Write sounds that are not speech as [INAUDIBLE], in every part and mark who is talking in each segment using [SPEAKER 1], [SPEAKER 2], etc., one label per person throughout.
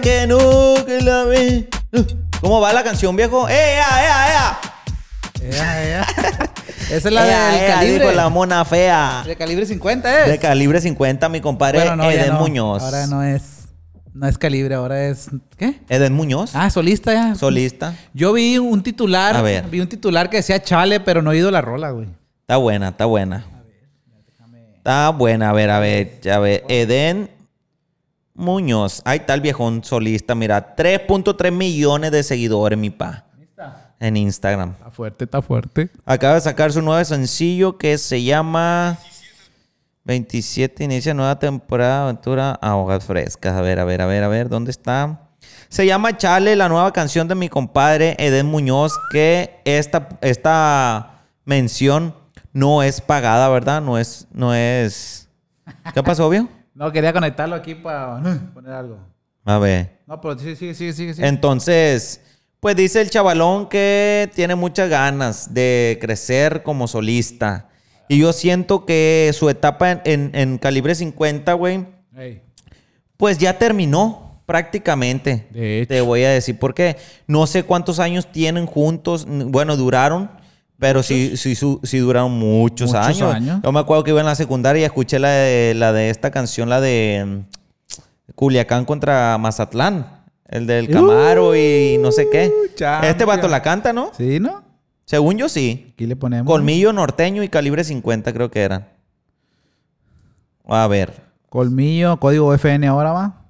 [SPEAKER 1] que no, que la ve. ¿Cómo va la canción, viejo? ¡Ea, ea, ea!
[SPEAKER 2] Ea,
[SPEAKER 1] [LAUGHS]
[SPEAKER 2] ea. Esa es la
[SPEAKER 1] Ea,
[SPEAKER 2] del
[SPEAKER 1] ea,
[SPEAKER 2] calibre.
[SPEAKER 1] dijo la mona fea.
[SPEAKER 2] De calibre 50 es.
[SPEAKER 1] De calibre 50, mi compadre
[SPEAKER 2] ya
[SPEAKER 1] Eden Muñoz.
[SPEAKER 2] Ahora no es. No es calibre, ahora es. ¿Qué?
[SPEAKER 1] Eden Muñoz,
[SPEAKER 2] Ah, solista ya.
[SPEAKER 1] solista.
[SPEAKER 2] Yo vi un titular.
[SPEAKER 1] A ver.
[SPEAKER 2] Vi un titular que decía chale, pero no he ido la rola, güey.
[SPEAKER 1] Está buena, está buena. Está buena, a ver, a ver, a ver. Eden Muñoz. Ahí está el viejón solista, mira. 3.3 millones de seguidores, mi pa. En Instagram.
[SPEAKER 2] Está fuerte, está fuerte.
[SPEAKER 1] Acaba de sacar su nuevo sencillo que se llama 27. Inicia nueva temporada, aventura a hojas frescas. A ver, a ver, a ver, a ver, ¿dónde está? Se llama Chale, la nueva canción de mi compadre Eden Muñoz, que esta, esta mención no es pagada, ¿verdad? No es, no es. ¿Qué pasó, viejo?
[SPEAKER 2] No, quería conectarlo aquí para poner algo.
[SPEAKER 1] A ver.
[SPEAKER 2] No, pero sí, sí, sí, sí. sí.
[SPEAKER 1] Entonces, pues dice el chavalón que tiene muchas ganas de crecer como solista. Y yo siento que su etapa en, en- en calibre 50, güey,
[SPEAKER 2] Ey.
[SPEAKER 1] pues ya terminó prácticamente.
[SPEAKER 2] De hecho.
[SPEAKER 1] Te voy a decir por qué. No sé cuántos años tienen juntos. n- Bueno, duraron. Pero sí, sí, su- sí duraron muchos,
[SPEAKER 2] Muchos
[SPEAKER 1] años.
[SPEAKER 2] años.
[SPEAKER 1] Yo me acuerdo que iba en la secundaria y escuché la de, la de esta canción, la de mm, Culiacán contra Mazatlán. El del Camaro y no sé qué.
[SPEAKER 2] champion.
[SPEAKER 1] Este vato la canta, ¿no?
[SPEAKER 2] ¡Uh! ¿Sí, no?
[SPEAKER 1] Según yo sí.
[SPEAKER 2] Aquí le ponemos.
[SPEAKER 1] Colmillo norteño y calibre 50 creo que eran. A ver.
[SPEAKER 2] Colmillo, código FN ahora va.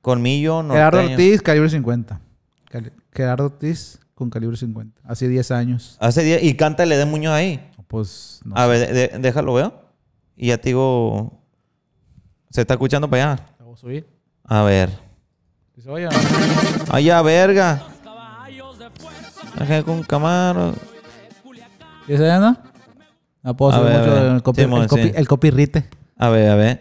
[SPEAKER 1] Colmillo norteño.
[SPEAKER 2] Gerardo Ortiz, calibre 50. Cali- Gerardo Ortiz con calibre 50. Hace 10 años.
[SPEAKER 1] Hace diez- y canta le de Muñoz ahí.
[SPEAKER 2] Pues no.
[SPEAKER 1] a ver, de- déjalo, veo. Y ya te digo. Se está escuchando para allá.
[SPEAKER 2] sé. ¿La voy a subir?
[SPEAKER 1] A ver.
[SPEAKER 2] ¿Sí se oye o no?
[SPEAKER 1] Allá, verga. Ajá, con Camaro.
[SPEAKER 2] ¿Sí se oye, no? No puedo
[SPEAKER 1] A
[SPEAKER 2] subir
[SPEAKER 1] ver, a ver.
[SPEAKER 2] mucho el, copy,
[SPEAKER 1] Simón,
[SPEAKER 2] el, copy,
[SPEAKER 1] sí.
[SPEAKER 2] el copyright.
[SPEAKER 1] A ver, a ver.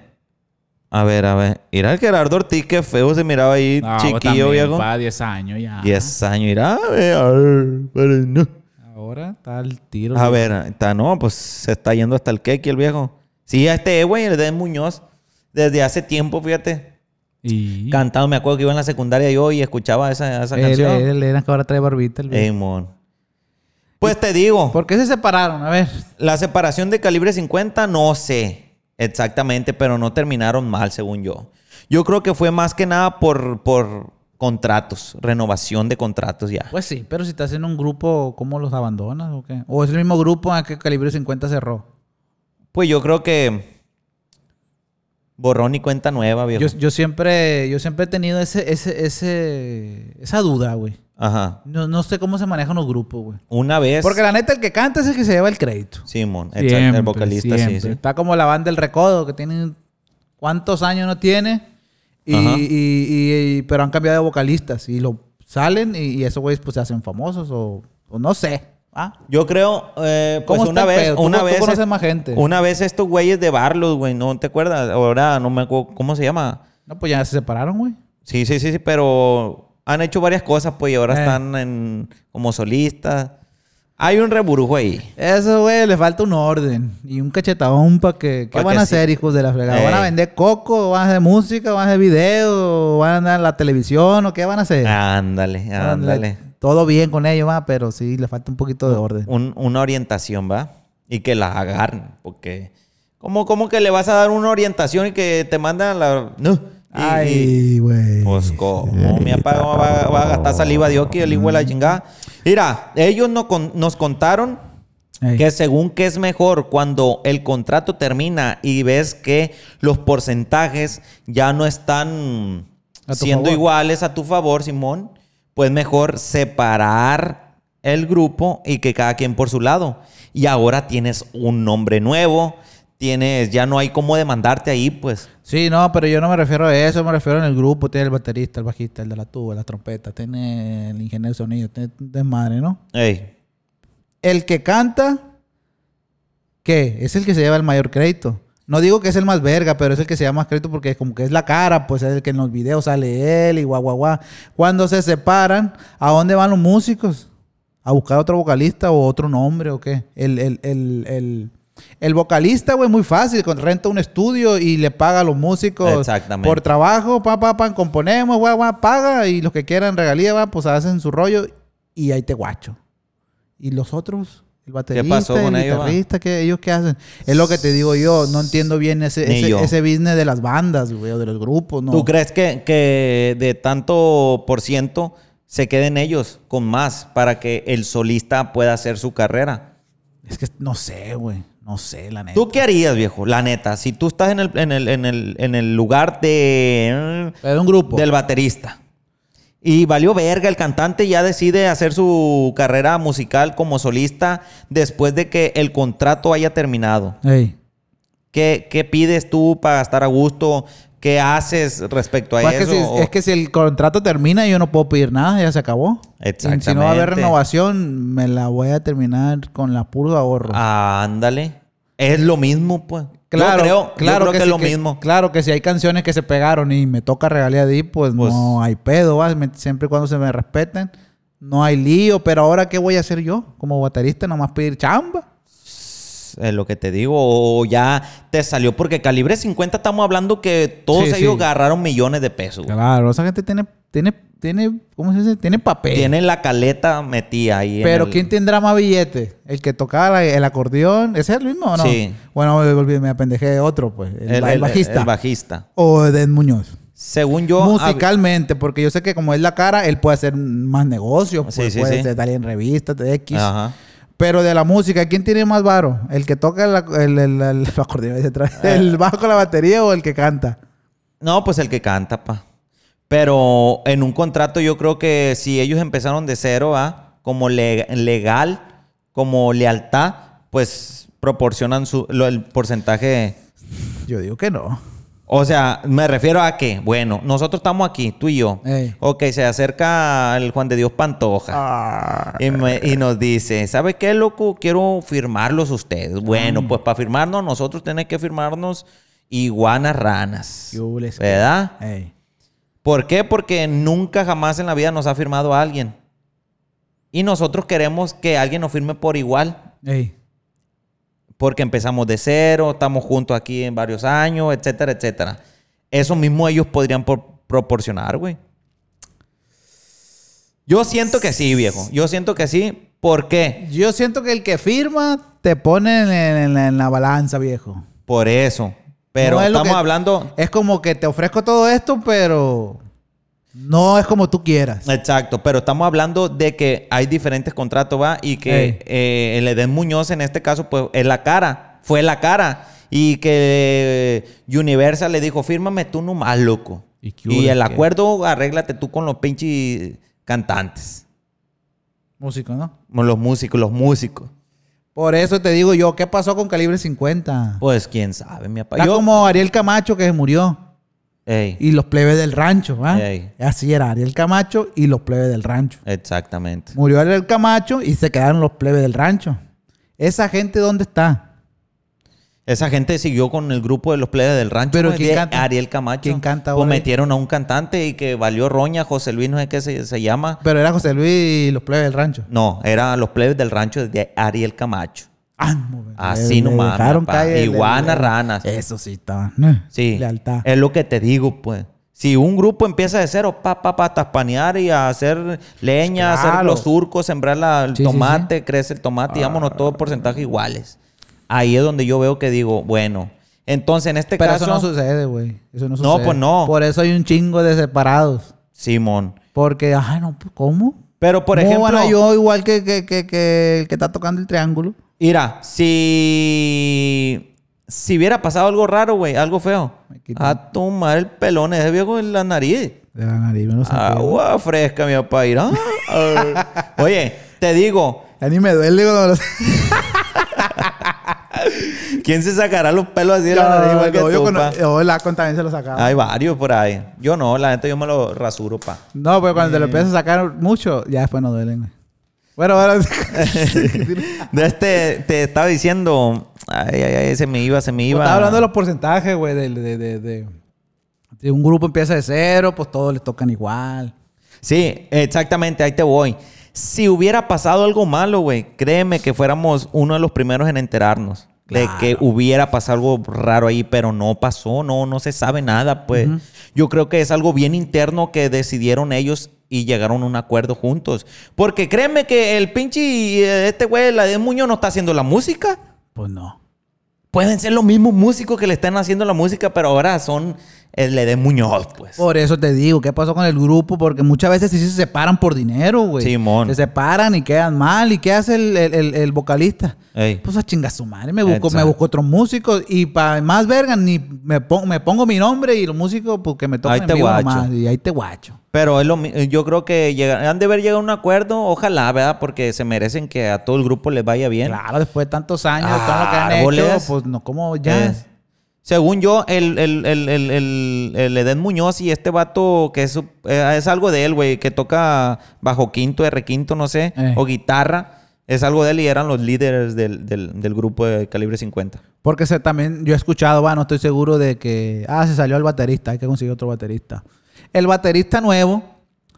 [SPEAKER 1] A ver, a ver. Mira el Gerardo Ortiz, qué feo se miraba ahí,
[SPEAKER 2] No, vos
[SPEAKER 1] chiquillo,
[SPEAKER 2] también,
[SPEAKER 1] viejo.
[SPEAKER 2] pa, 10 años ya.
[SPEAKER 1] 10 años, mira. A ver, a ver, pero no.
[SPEAKER 2] Ahora está el tiro.
[SPEAKER 1] A ver, está, no, pues se está yendo hasta el queque el viejo. Sí, a este, güey, el de Muñoz. Desde hace tiempo, fíjate.
[SPEAKER 2] Y...
[SPEAKER 1] cantado. Me acuerdo que iba en la secundaria yo y escuchaba esa, esa
[SPEAKER 2] Él,
[SPEAKER 1] canción.
[SPEAKER 2] él, él era que ahora trae barbita. El viejo.
[SPEAKER 1] Ey, mon. Pues te digo,
[SPEAKER 2] ¿Por qué se separaron? A ver.
[SPEAKER 1] la separación de calibre 50 no sé exactamente, pero no terminaron mal, según yo. Yo creo que fue más que nada por, por contratos, renovación de contratos ya.
[SPEAKER 2] Pues sí, pero si estás en un grupo, ¿cómo los abandonas o qué? ¿O es el mismo grupo a que Calibre 50 cerró?
[SPEAKER 1] Pues yo creo que borrón y cuenta nueva, viejo.
[SPEAKER 2] Yo, yo siempre yo siempre he tenido ese, ese, ese, esa duda, güey.
[SPEAKER 1] Ajá.
[SPEAKER 2] No, no sé cómo se manejan los grupos, güey.
[SPEAKER 1] Una vez.
[SPEAKER 2] Porque la neta, el que canta es el que se lleva el crédito.
[SPEAKER 1] Simón, exacto,
[SPEAKER 2] Siempre,
[SPEAKER 1] el vocalista,
[SPEAKER 2] siempre.
[SPEAKER 1] sí, sí.
[SPEAKER 2] Está como la banda El Recodo, que tienen cuántos años no tiene, y,
[SPEAKER 1] Ajá.
[SPEAKER 2] y- y- y- pero han cambiado de vocalistas y lo salen y, y esos güeyes pues se hacen famosos o, o no sé. ¿ah?
[SPEAKER 1] Yo creo, eh, pues
[SPEAKER 2] ¿Cómo está
[SPEAKER 1] una
[SPEAKER 2] el
[SPEAKER 1] vez,
[SPEAKER 2] pedo? ¿Tú
[SPEAKER 1] una
[SPEAKER 2] co- tú
[SPEAKER 1] vez,
[SPEAKER 2] conoces más gente?
[SPEAKER 1] una vez estos güeyes de Barlos, güey, ¿no te acuerdas? Ahora no me acuerdo cómo se llama.
[SPEAKER 2] No, pues ya se separaron, güey.
[SPEAKER 1] Sí, sí, sí, sí, pero han hecho varias cosas, pues, y ahora
[SPEAKER 2] Eh.
[SPEAKER 1] están en, como solistas. Hay un reburujo ahí.
[SPEAKER 2] Eso, güey, le falta un orden y un cachetadón para que... ¿Qué
[SPEAKER 1] Pa'
[SPEAKER 2] van
[SPEAKER 1] que
[SPEAKER 2] a
[SPEAKER 1] sí.
[SPEAKER 2] hacer, hijos de la fregada? ¿Van a
[SPEAKER 1] Ey.
[SPEAKER 2] vender coco? ¿Van a hacer música? ¿Van a hacer video? ¿Van a andar en la televisión? ¿O qué van a hacer?
[SPEAKER 1] Ándale,
[SPEAKER 2] Van a andar-
[SPEAKER 1] Ah, ándale.
[SPEAKER 2] Todo bien con ellos, va, pero sí, le falta un poquito de orden.
[SPEAKER 1] Un- una orientación, ¿va? Y que la agarren, porque... ¿Cómo, cómo que le vas a dar una orientación y que te mandan a la... No. Y- y-
[SPEAKER 2] Ay, güey.
[SPEAKER 1] Pues como mi papá va, va a gastar saliva de aquí, el hijo de la chingada. Mira, ellos no con- nos contaron
[SPEAKER 2] Ey.
[SPEAKER 1] que según que es mejor cuando el contrato termina y ves que los porcentajes ya no están
[SPEAKER 2] A tu
[SPEAKER 1] siendo
[SPEAKER 2] favor.
[SPEAKER 1] iguales a tu favor, Simón, pues mejor separar el grupo y que cada quien por su lado. Y ahora tienes un nombre nuevo, tienes, ya no hay cómo demandarte ahí, pues.
[SPEAKER 2] Sí, no, pero yo no me refiero a eso, me refiero en el grupo. Tiene el baterista, el bajista, el de la tuba, la trompeta, tiene el ingeniero de sonido, tiene un desmadre, ¿no?
[SPEAKER 1] Ey,
[SPEAKER 2] El que canta, ¿qué? Es el que se lleva el mayor crédito. No digo que es el más verga, pero es el que se lleva más crédito porque como que es la cara, pues es el que en los videos sale él y guau, guau, guau. Cuando se separan, ¿a dónde van los músicos? ¿A buscar otro vocalista o otro nombre o qué? El, el, el, el, El vocalista, güey, muy fácil, con- renta un estudio y le paga a los músicos
[SPEAKER 1] Exactamente.
[SPEAKER 2] por trabajo, pa, pa, pa, componemos, guau, guau, paga y los que quieran regalía, va, pues hacen su rollo y ahí te guacho. Y los otros, el baterista,
[SPEAKER 1] pasó con
[SPEAKER 2] el
[SPEAKER 1] ellos, ah? va?
[SPEAKER 2] guitarrista, ¿qué, ellos qué hacen? Es lo que te digo yo, no entiendo bien ese,
[SPEAKER 1] Ni yo.
[SPEAKER 2] ese, ese business de las bandas, güey, o de los grupos, ¿no?
[SPEAKER 1] ¿Tú crees que, que de tanto por ciento se queden ellos con más para que el solista pueda hacer su carrera?
[SPEAKER 2] Es que no sé, güey, no sé, la neta.
[SPEAKER 1] ¿Tú qué harías, viejo? La neta, si tú estás en el, en el, en el, en el lugar de,
[SPEAKER 2] Pero un grupo.
[SPEAKER 1] del baterista y valió verga, el cantante ya decide hacer su carrera musical como solista después de que el contrato haya terminado.
[SPEAKER 2] Ey.
[SPEAKER 1] ¿Qué, qué pides tú para estar a gusto? ¿Qué haces respecto a
[SPEAKER 2] Pues
[SPEAKER 1] eso?
[SPEAKER 2] es, que si,
[SPEAKER 1] O-
[SPEAKER 2] es que si el contrato termina, yo no puedo pedir nada, ya se acabó. Y Si no va a haber
[SPEAKER 1] Exactamente.
[SPEAKER 2] renovación, me la voy a terminar con la purga ahorro.
[SPEAKER 1] Ah, Ándale. Es lo mismo, pues.
[SPEAKER 2] claro,
[SPEAKER 1] yo creo, yo creo que,
[SPEAKER 2] sí
[SPEAKER 1] es lo mismo.
[SPEAKER 2] Claro que si hay canciones que se pegaron y me toca regalía de ahí, pues,
[SPEAKER 1] Pues-
[SPEAKER 2] no hay pedo, ¿va? Me- siempre y cuando se me respeten, no hay lío. Pero ahora, ¿qué voy a hacer yo como baterista? Nomás pedir chamba.
[SPEAKER 1] Es eh, lo que te digo. O ya te salió. Porque Calibre 50 estamos hablando que todos
[SPEAKER 2] Sí, sí.
[SPEAKER 1] ellos agarraron millones de pesos. güey.
[SPEAKER 2] Claro, esa gente tiene, tiene, tiene, ¿cómo se dice? Tiene papel.
[SPEAKER 1] Tienen la caleta metida ahí. en
[SPEAKER 2] Pero
[SPEAKER 1] el-
[SPEAKER 2] ¿quién tendrá más billete? ¿El que tocaba la- el acordeón? ¿Ese es el mismo o no?
[SPEAKER 1] Sí.
[SPEAKER 2] Bueno, me, volví- me apendejé de otro, pues. El,
[SPEAKER 1] el,
[SPEAKER 2] ba- el
[SPEAKER 1] el-
[SPEAKER 2] bajista.
[SPEAKER 1] el bajista.
[SPEAKER 2] o Ed Muñoz.
[SPEAKER 1] Según yo.
[SPEAKER 2] Musicalmente, porque yo sé que como es la cara, él puede hacer más negocio, pues,
[SPEAKER 1] Sí, sí,
[SPEAKER 2] puede
[SPEAKER 1] sí.
[SPEAKER 2] estar en revistas, de X.
[SPEAKER 1] hab- Ajá.
[SPEAKER 2] Pero de la música, ¿quién tiene más varo? ¿El que toca el, ac- el, el- el [LAUGHS] acordeón, dice otra vez,
[SPEAKER 1] Ah.
[SPEAKER 2] el bajo, la batería o el que canta?
[SPEAKER 1] No, pues el que canta, pa. Pero en un contrato yo creo que si ellos empezaron de cero, ¿ah? como le- legal, como lealtad, pues proporcionan su, lo- el porcentaje.
[SPEAKER 2] Yo digo que no.
[SPEAKER 1] O sea, me refiero a que, bueno, nosotros estamos aquí, tú y yo.
[SPEAKER 2] Ey.
[SPEAKER 1] Ok, se acerca el Juan de Dios Pantoja.
[SPEAKER 2] Ah,
[SPEAKER 1] Y, me- y nos dice, ¿sabe qué, loco? Quiero firmarlos ustedes. Bueno, pues para firmarnos, nosotros tenemos que firmarnos iguanas ranas.
[SPEAKER 2] Qué hubo les-
[SPEAKER 1] ¿Verdad?
[SPEAKER 2] ey.
[SPEAKER 1] ¿Por qué? Porque nunca jamás en la vida nos ha firmado alguien. Y nosotros queremos que alguien nos firme por igual.
[SPEAKER 2] Ey.
[SPEAKER 1] Porque empezamos de cero, estamos juntos aquí en varios años, etcétera, etcétera. Eso mismo ellos podrían por- proporcionar, güey. Yo siento que sí, viejo. Yo siento que sí. ¿Por qué?
[SPEAKER 2] Yo siento que el que firma te pone en, en la- en la balanza, viejo.
[SPEAKER 1] Por eso. Pero
[SPEAKER 2] No, es lo
[SPEAKER 1] estamos
[SPEAKER 2] que-
[SPEAKER 1] hablando...
[SPEAKER 2] Es como que te ofrezco todo esto, pero no es como tú quieras.
[SPEAKER 1] Exacto, pero estamos hablando de que hay diferentes contratos, ¿va? Y
[SPEAKER 2] Ey.
[SPEAKER 1] que eh, el Edén Muñoz en este caso, pues es la cara, fue la cara. Y que Universal le dijo, fírmame tú nomás, loco.
[SPEAKER 2] ¿Y qué
[SPEAKER 1] Y
[SPEAKER 2] hubo,
[SPEAKER 1] el
[SPEAKER 2] qué?
[SPEAKER 1] acuerdo, arréglate tú con los pinches cantantes,
[SPEAKER 2] Músico, ¿no?
[SPEAKER 1] con los músicos, los músicos.
[SPEAKER 2] Por eso te digo yo, ¿qué pasó con Calibre 50?
[SPEAKER 1] Pues quién sabe, mi papá.
[SPEAKER 2] Está
[SPEAKER 1] Yo,
[SPEAKER 2] como Ariel Camacho que se murió
[SPEAKER 1] Ey,
[SPEAKER 2] y los plebes del rancho, ¿va?
[SPEAKER 1] Ey.
[SPEAKER 2] Así era, Ariel Camacho y los plebes del rancho.
[SPEAKER 1] exactamente.
[SPEAKER 2] Murió Ariel Camacho y se quedaron los plebes del rancho. ¿Esa gente dónde está?
[SPEAKER 1] Esa gente siguió con el grupo de los plebes del rancho.
[SPEAKER 2] Pero
[SPEAKER 1] pues,
[SPEAKER 2] ¿quién
[SPEAKER 1] de
[SPEAKER 2] canta?
[SPEAKER 1] Ariel Camacho.
[SPEAKER 2] ¿Quién canta
[SPEAKER 1] Pues
[SPEAKER 2] ahora?
[SPEAKER 1] metieron a un cantante y que valió roña, José Luis, no sé qué se- se llama.
[SPEAKER 2] Pero era José Luis y los plebes del rancho.
[SPEAKER 1] No, eran los plebes del rancho de Ariel Camacho.
[SPEAKER 2] Ah, no, güey.
[SPEAKER 1] Así
[SPEAKER 2] Le- le
[SPEAKER 1] nomás,
[SPEAKER 2] dejaron
[SPEAKER 1] papá.
[SPEAKER 2] caer el-
[SPEAKER 1] Iguanas,
[SPEAKER 2] el-
[SPEAKER 1] ranas.
[SPEAKER 2] Eso sí, estaban.
[SPEAKER 1] Sí.
[SPEAKER 2] Lealtad.
[SPEAKER 1] Es lo que te digo, pues. Si un grupo empieza de cero, pa, pa, pa, taspanear y a hacer leña,
[SPEAKER 2] Claro.
[SPEAKER 1] hacer los surcos, sembrar la- el
[SPEAKER 2] Sí, sí,
[SPEAKER 1] tomate, crece el tomate, y vámonos todos porcentajes iguales. Ahí es donde yo veo que digo, bueno, entonces en este
[SPEAKER 2] Pero
[SPEAKER 1] caso,
[SPEAKER 2] eso no sucede, güey. Eso
[SPEAKER 1] No,
[SPEAKER 2] no sucede.
[SPEAKER 1] pues no.
[SPEAKER 2] Por eso hay un chingo de separados.
[SPEAKER 1] Simón.
[SPEAKER 2] Porque, ay, no, pues, ¿cómo?
[SPEAKER 1] Pero por
[SPEAKER 2] ¿Cómo
[SPEAKER 1] ejemplo,
[SPEAKER 2] van a yo igual que, que, que, que el que está tocando el triángulo?
[SPEAKER 1] Mira, si. Si hubiera pasado algo raro, güey, algo feo.
[SPEAKER 2] Me quito.
[SPEAKER 1] A tomar el pelón ese viejo en la nariz.
[SPEAKER 2] De la nariz,
[SPEAKER 1] Ah,
[SPEAKER 2] me lo sentí.
[SPEAKER 1] Agua fresca, mi papá.
[SPEAKER 2] [LAUGHS]
[SPEAKER 1] irá. Ah. Oye, te digo,
[SPEAKER 2] Ya ni me duele cuando me lo [LAUGHS]
[SPEAKER 1] ¿quién se sacará los pelos así de la nariz igual que
[SPEAKER 2] No, yo
[SPEAKER 1] tú,
[SPEAKER 2] con-
[SPEAKER 1] pa?
[SPEAKER 2] yo la con también se lo sacaba.
[SPEAKER 1] Hay varios por ahí. Yo no, la gente yo me lo rasuro,
[SPEAKER 2] [LAUGHS]
[SPEAKER 1] pa. [LAUGHS]
[SPEAKER 2] No, pero cuando te lo empiezas a sacar mucho, ya después no duelen, güey. Bueno,
[SPEAKER 1] [LAUGHS]
[SPEAKER 2] ahora... Pues
[SPEAKER 1] De este, te estaba diciendo. Ay, ay, ay, se me iba, se me iba.
[SPEAKER 2] Pues Estaba hablando de los porcentajes, güey, de, de, de, de- de un grupo empieza de cero, pues todos les tocan igual.
[SPEAKER 1] Sí, exactamente, ahí te voy. Si hubiera pasado algo malo, güey, créeme que fuéramos uno de los primeros en enterarnos. de que hubiera pasado algo raro ahí, pero no pasó, no, no se sabe nada, pues. Yo creo que es algo bien interno que decidieron ellos y llegaron a un acuerdo juntos. Porque créeme que el pinche, eh, este güey, la de Muñoz no está haciendo la música.
[SPEAKER 2] Pues no.
[SPEAKER 1] Pueden ser los mismos músicos que le están haciendo la música, pero ahora son el de Muñoz, pues.
[SPEAKER 2] Por eso te digo, ¿qué pasó con el grupo? Porque muchas veces sí se separan por dinero, güey.
[SPEAKER 1] Simón.
[SPEAKER 2] Se separan y quedan mal. ¿Y qué hace el, el- el- el vocalista?
[SPEAKER 1] Ey.
[SPEAKER 2] Pues a chingar su madre. Me busco, me
[SPEAKER 1] Exacto.
[SPEAKER 2] busco otros músicos y para más verga, ni me, pon- me pongo mi nombre y los músicos pues, que me tocan
[SPEAKER 1] Ahí
[SPEAKER 2] en
[SPEAKER 1] te
[SPEAKER 2] vivo
[SPEAKER 1] guacho.
[SPEAKER 2] nomás. Y ahí te guacho.
[SPEAKER 1] Pero es lo mi- eh, yo creo que llega- han de haber llegado a un acuerdo, ojalá, ¿verdad? Porque se merecen que a todo el grupo les vaya bien.
[SPEAKER 2] Claro, después de tantos años, todo lo que han hecho,
[SPEAKER 1] Árboles.
[SPEAKER 2] pues no, como ya.
[SPEAKER 1] Eh, según yo, el, el, el, el, el- el Edén Muñoz y este vato que es, su- eh, es algo de él, güey, que toca bajo quinto, R quinto, no sé,
[SPEAKER 2] Eh.
[SPEAKER 1] o guitarra. Es algo de él y eran los líderes del, del, del grupo de calibre 50.
[SPEAKER 2] Porque se, también yo he escuchado, va, no estoy seguro de que, ah, se salió el baterista, hay que conseguir otro baterista. El baterista nuevo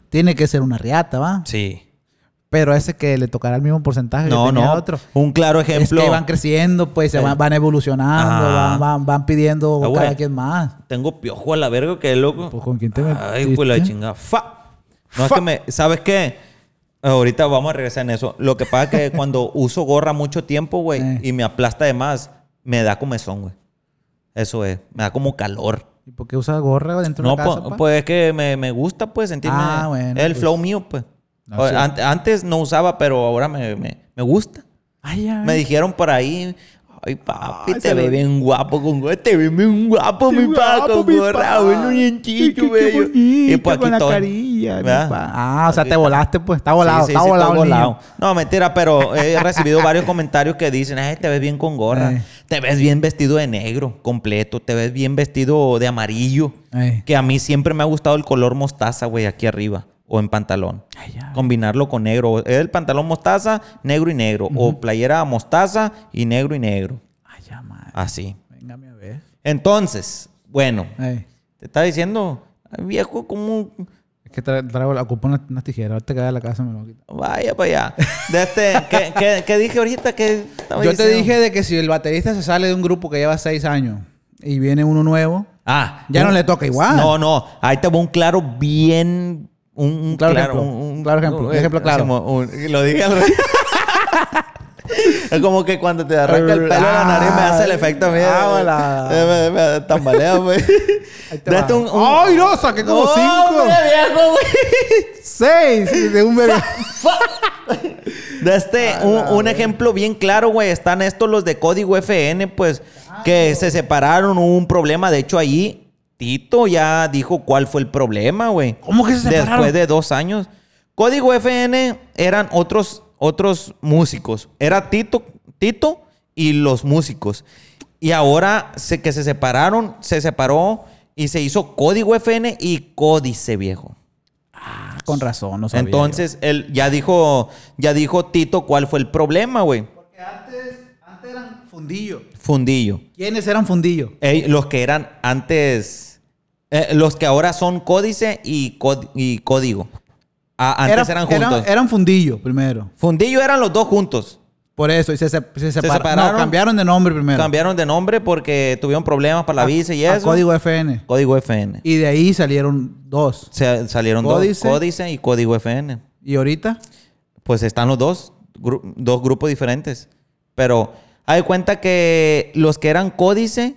[SPEAKER 2] tiene que ser una riata, va.
[SPEAKER 1] Sí.
[SPEAKER 2] Pero ese que le tocará el mismo porcentaje
[SPEAKER 1] No,
[SPEAKER 2] que tenía
[SPEAKER 1] no.
[SPEAKER 2] otro.
[SPEAKER 1] Un claro
[SPEAKER 2] Es
[SPEAKER 1] ejemplo.
[SPEAKER 2] que van creciendo, pues se
[SPEAKER 1] Eh.
[SPEAKER 2] van, van evolucionando,
[SPEAKER 1] Ajá.
[SPEAKER 2] van, van, van pidiendo
[SPEAKER 1] Ah,
[SPEAKER 2] cada
[SPEAKER 1] güey.
[SPEAKER 2] quien más.
[SPEAKER 1] Tengo piojo a la verga, que loco.
[SPEAKER 2] Pues, ¿con quién te
[SPEAKER 1] Ay,
[SPEAKER 2] metiste?
[SPEAKER 1] pues la chingada. Fa. No es
[SPEAKER 2] Fa.
[SPEAKER 1] que me. ¿Sabes qué? Ahorita vamos a regresar en eso. Lo que pasa es que [LAUGHS] cuando uso gorra mucho tiempo, güey,
[SPEAKER 2] Eh.
[SPEAKER 1] y me aplasta de más, me da comezón, güey. Eso es. Me da como calor.
[SPEAKER 2] ¿Y por qué usa gorra dentro
[SPEAKER 1] No,
[SPEAKER 2] de la casa?
[SPEAKER 1] po-
[SPEAKER 2] pa?
[SPEAKER 1] pues es que me, me gusta, pues, sentirme.
[SPEAKER 2] Ah, bueno,
[SPEAKER 1] el
[SPEAKER 2] pues.
[SPEAKER 1] flow mío, pues.
[SPEAKER 2] No,
[SPEAKER 1] O-
[SPEAKER 2] sí.
[SPEAKER 1] an- antes no usaba, pero ahora me, me- me gusta.
[SPEAKER 2] Ay, ay.
[SPEAKER 1] Me dijeron por ahí. Ay, papi,
[SPEAKER 2] Ay,
[SPEAKER 1] te
[SPEAKER 2] se
[SPEAKER 1] ve
[SPEAKER 2] lo-
[SPEAKER 1] bien guapo con gorra. Te ve bien guapo,
[SPEAKER 2] Qué
[SPEAKER 1] mi pa,
[SPEAKER 2] guapo,
[SPEAKER 1] con
[SPEAKER 2] pues, mi
[SPEAKER 1] gorra.
[SPEAKER 2] pa.
[SPEAKER 1] Bueno, bien
[SPEAKER 2] Qué-
[SPEAKER 1] chicho,
[SPEAKER 2] qué- qué
[SPEAKER 1] bello.
[SPEAKER 2] bonito,
[SPEAKER 1] pues, aquí
[SPEAKER 2] con la
[SPEAKER 1] estoy.
[SPEAKER 2] carilla, mi
[SPEAKER 1] ¿Verdad?
[SPEAKER 2] pa. Ah, o sea,
[SPEAKER 1] Aquí
[SPEAKER 2] te
[SPEAKER 1] está.
[SPEAKER 2] volaste, pues. Está volado,
[SPEAKER 1] Sí, sí,
[SPEAKER 2] está
[SPEAKER 1] sí,
[SPEAKER 2] volado. el niño.
[SPEAKER 1] No, mentira, pero
[SPEAKER 2] [LAUGHS]
[SPEAKER 1] he recibido varios comentarios que dicen, ay, te ves bien con gorra,
[SPEAKER 2] Eh.
[SPEAKER 1] te ves bien vestido de negro, completo, te ves bien vestido de amarillo.
[SPEAKER 2] Ey.
[SPEAKER 1] Que a mí siempre me ha gustado el color mostaza, güey, aquí arriba, o en pantalón.
[SPEAKER 2] Ay, ya.
[SPEAKER 1] Combinarlo con negro. El pantalón mostaza, negro y negro. O playera mostaza y negro y negro.
[SPEAKER 2] Ay, ya, madre.
[SPEAKER 1] Así.
[SPEAKER 2] Véngame a ver.
[SPEAKER 1] Entonces, bueno,
[SPEAKER 2] Ey.
[SPEAKER 1] te estaba diciendo, "Ay, viejo, como...
[SPEAKER 2] Es que tra- traigo, ocupo unas unas tijeras. Ahorita que vaya a la casa me lo voy a quitar.
[SPEAKER 1] Vaya para allá. De este, ¿qué, qué- qué dije ahorita? ¿Qué estaba
[SPEAKER 2] Yo te
[SPEAKER 1] diciendo?
[SPEAKER 2] dije de que si el baterista se sale de un grupo que lleva seis años y viene uno nuevo,
[SPEAKER 1] Ah,
[SPEAKER 2] Ya no
[SPEAKER 1] un-
[SPEAKER 2] le toca igual.
[SPEAKER 1] No, no. Ahí te va un claro bien. Un, un
[SPEAKER 2] Claro
[SPEAKER 1] claro,
[SPEAKER 2] ejemplo,
[SPEAKER 1] un,
[SPEAKER 2] un claro ejemplo, un ejemplo claro.
[SPEAKER 1] como un- lo dije al revés. [LAUGHS] Es como que cuando te arranca el pelo de la nariz me hace el efecto mío.
[SPEAKER 2] Ah, hola.
[SPEAKER 1] Me, me tambalea, güey.
[SPEAKER 2] Ahí te
[SPEAKER 1] De
[SPEAKER 2] va.
[SPEAKER 1] este un- un-
[SPEAKER 2] ¡Ay, no! Saqué como
[SPEAKER 1] ¡Hombre,
[SPEAKER 2] cinco.
[SPEAKER 1] viejo, güey!
[SPEAKER 2] ¡Seis!
[SPEAKER 1] [LAUGHS]
[SPEAKER 2] De un bebé.
[SPEAKER 1] De este, un, un ejemplo bien claro, güey. Están estos los de código FN, pues, que
[SPEAKER 2] Ah,
[SPEAKER 1] se separaron, hubo un problema. De hecho, ahí Tito ya dijo cuál fue el problema, güey.
[SPEAKER 2] ¿Cómo que se separaron?
[SPEAKER 1] Después de dos años. Código FN eran otros, otros músicos. Era Tito, Tito y los músicos. Y ahora se, que se separaron, se separó y se hizo Código FN y Códice, viejo.
[SPEAKER 2] Con razón, no sabía.
[SPEAKER 1] Entonces, él ya dijo, ya dijo Tito cuál fue el problema, güey.
[SPEAKER 2] Porque antes, antes eran fundillo.
[SPEAKER 1] Fundillo.
[SPEAKER 2] ¿Quiénes eran fundillo?
[SPEAKER 1] Ey, los que eran antes, eh, los que ahora son códice y, cod- y código. Ah, antes
[SPEAKER 2] Era-
[SPEAKER 1] eran juntos.
[SPEAKER 2] Eran, eran fundillo primero.
[SPEAKER 1] Fundillo eran los dos juntos.
[SPEAKER 2] Por eso, y se, se, se separaron.
[SPEAKER 1] separaron.
[SPEAKER 2] No, cambiaron de nombre primero.
[SPEAKER 1] Cambiaron de nombre porque tuvieron problemas para la visa y
[SPEAKER 2] A
[SPEAKER 1] eso.
[SPEAKER 2] Ah, Código FN.
[SPEAKER 1] Código FN.
[SPEAKER 2] Y de ahí salieron dos.
[SPEAKER 1] Se- salieron
[SPEAKER 2] Códice.
[SPEAKER 1] dos, códice y código FN.
[SPEAKER 2] ¿Y ahorita?
[SPEAKER 1] pues están los dos, gru- dos grupos diferentes. Pero hay cuenta que los que eran códice,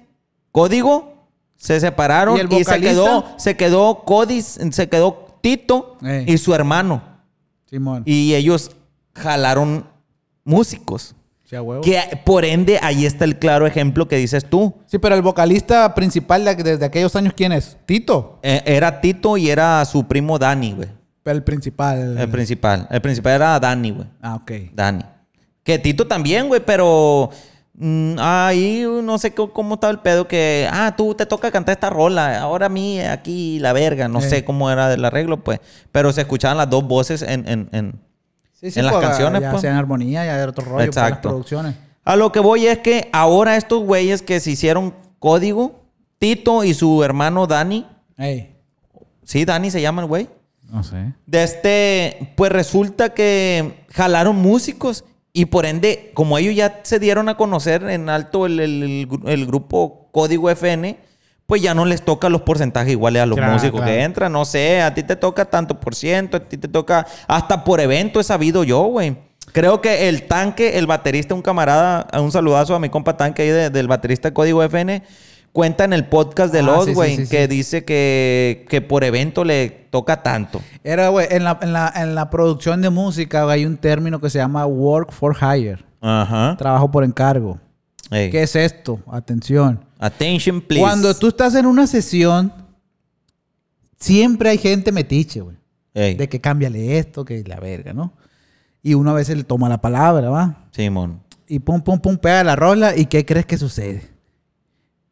[SPEAKER 1] código, se separaron
[SPEAKER 2] ¿Y
[SPEAKER 1] y,
[SPEAKER 2] el
[SPEAKER 1] se
[SPEAKER 2] vocalista?
[SPEAKER 1] quedó, se quedó códice, se quedó Tito
[SPEAKER 2] Ey.
[SPEAKER 1] y su hermano.
[SPEAKER 2] Simón.
[SPEAKER 1] Y ellos jalaron músicos.
[SPEAKER 2] Sí, a huevo.
[SPEAKER 1] Que por ende, ahí está el claro ejemplo que dices tú.
[SPEAKER 2] Sí, pero el vocalista principal de, desde aquellos años, ¿quién es? Tito.
[SPEAKER 1] Eh, Era Tito y era su primo Dani, güey.
[SPEAKER 2] Pero el principal. el-
[SPEAKER 1] El principal. El principal era Dani, güey.
[SPEAKER 2] Ah, ok.
[SPEAKER 1] Dani. Que Tito también, güey, pero mm, ahí no sé co- cómo estaba el pedo que, ah, tú te toca cantar esta rola, ahora a mí aquí la verga, no
[SPEAKER 2] Eh.
[SPEAKER 1] sé cómo era el arreglo, pues, pero se escuchaban las dos voces en... en, en-
[SPEAKER 2] Sí,
[SPEAKER 1] En las
[SPEAKER 2] pues,
[SPEAKER 1] canciones,
[SPEAKER 2] ya
[SPEAKER 1] pues.
[SPEAKER 2] sea en armonía, ya era otro rollo para las
[SPEAKER 1] Exacto.
[SPEAKER 2] producciones.
[SPEAKER 1] A lo que voy es que ahora estos güeyes que se hicieron código, Tito y su hermano Dani,
[SPEAKER 2] Ey.
[SPEAKER 1] sí, Dani se llama el güey,
[SPEAKER 2] No sé.
[SPEAKER 1] de este, pues resulta que jalaron músicos Y por ende, como ellos ya se dieron a conocer en alto el, el- el gru- el grupo Código FN, pues ya no les toca los porcentajes iguales a los
[SPEAKER 2] Claro,
[SPEAKER 1] músicos
[SPEAKER 2] claro.
[SPEAKER 1] que entran. No sé, a ti te toca tanto por ciento, a ti te toca. Hasta por evento he sabido yo, güey. Creo que el tanque, el baterista, un camarada, a un saludazo a mi compa tanque ahí de- del baterista Código FN, cuenta en el podcast de
[SPEAKER 2] Ah, sí,
[SPEAKER 1] Los,
[SPEAKER 2] sí,
[SPEAKER 1] güey,
[SPEAKER 2] sí, sí.
[SPEAKER 1] que dice que, que por evento le toca tanto.
[SPEAKER 2] Era, güey, en la, en, la, en la producción de música güey, hay un término que se llama work for hire.
[SPEAKER 1] Ajá.
[SPEAKER 2] Trabajo por encargo.
[SPEAKER 1] Ey.
[SPEAKER 2] ¿Qué es esto? Atención.
[SPEAKER 1] Attention, please.
[SPEAKER 2] Cuando tú estás en una sesión, siempre hay gente metiche, güey.
[SPEAKER 1] Ey.
[SPEAKER 2] De que cámbiale esto, que la verga, ¿no? Y uno a veces le toma la palabra, ¿va?
[SPEAKER 1] Simón.
[SPEAKER 2] Y pum, pum, pum, pega la rola. ¿Y qué crees que sucede?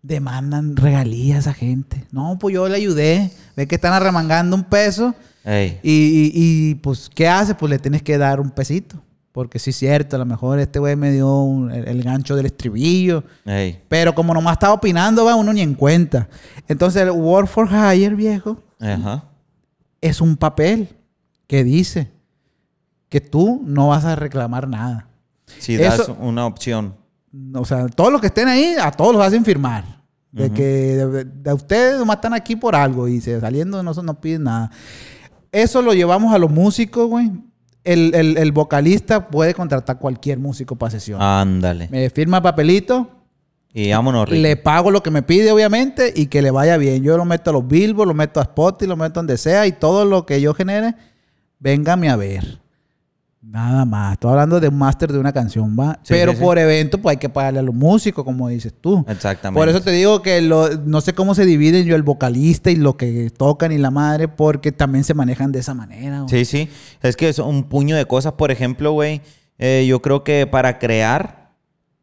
[SPEAKER 2] Demandan regalías a gente. No, pues yo le ayudé. Ve que están arremangando un peso.
[SPEAKER 1] Ey.
[SPEAKER 2] Y, y- y, pues, ¿qué hace? Pues le tienes que dar un pesito. Porque sí es cierto, a lo mejor este güey me dio un- el, el gancho del estribillo.
[SPEAKER 1] Ey.
[SPEAKER 2] Pero como nomás estaba opinando, va uno ni en cuenta. Entonces, el Work for Hire, viejo,
[SPEAKER 1] Ajá.
[SPEAKER 2] es un papel que dice que tú no vas a reclamar nada.
[SPEAKER 1] Si das
[SPEAKER 2] Eso-
[SPEAKER 1] una opción.
[SPEAKER 2] O sea, todos los que estén ahí, a todos los hacen firmar. De que de, de ustedes nomás están aquí por algo y se, saliendo no, no piden nada. Eso lo llevamos a los músicos, güey. El, el- el vocalista puede contratar cualquier músico para sesión.
[SPEAKER 1] Ah. Ándale.
[SPEAKER 2] Me firma el papelito,
[SPEAKER 1] Y vámonos, Rick.
[SPEAKER 2] le pago lo que me pide, obviamente, y que le vaya bien. Yo lo meto a los Billboard, lo meto a Spotify, lo meto donde sea, y todo lo que yo genere, véngame a ver. Nada más. Estoy hablando de un máster de una canción, ¿va?
[SPEAKER 1] Sí,
[SPEAKER 2] Pero
[SPEAKER 1] sí, sí.
[SPEAKER 2] por evento, pues hay que pagarle a los músicos, como dices tú.
[SPEAKER 1] Exactamente.
[SPEAKER 2] Por eso te digo que lo- no sé cómo se dividen yo el vocalista y lo que tocan y la madre, porque también se manejan de esa manera. güey.
[SPEAKER 1] Sí, sí. Es que es un puño de cosas. Por ejemplo, güey, eh, yo creo que para crear,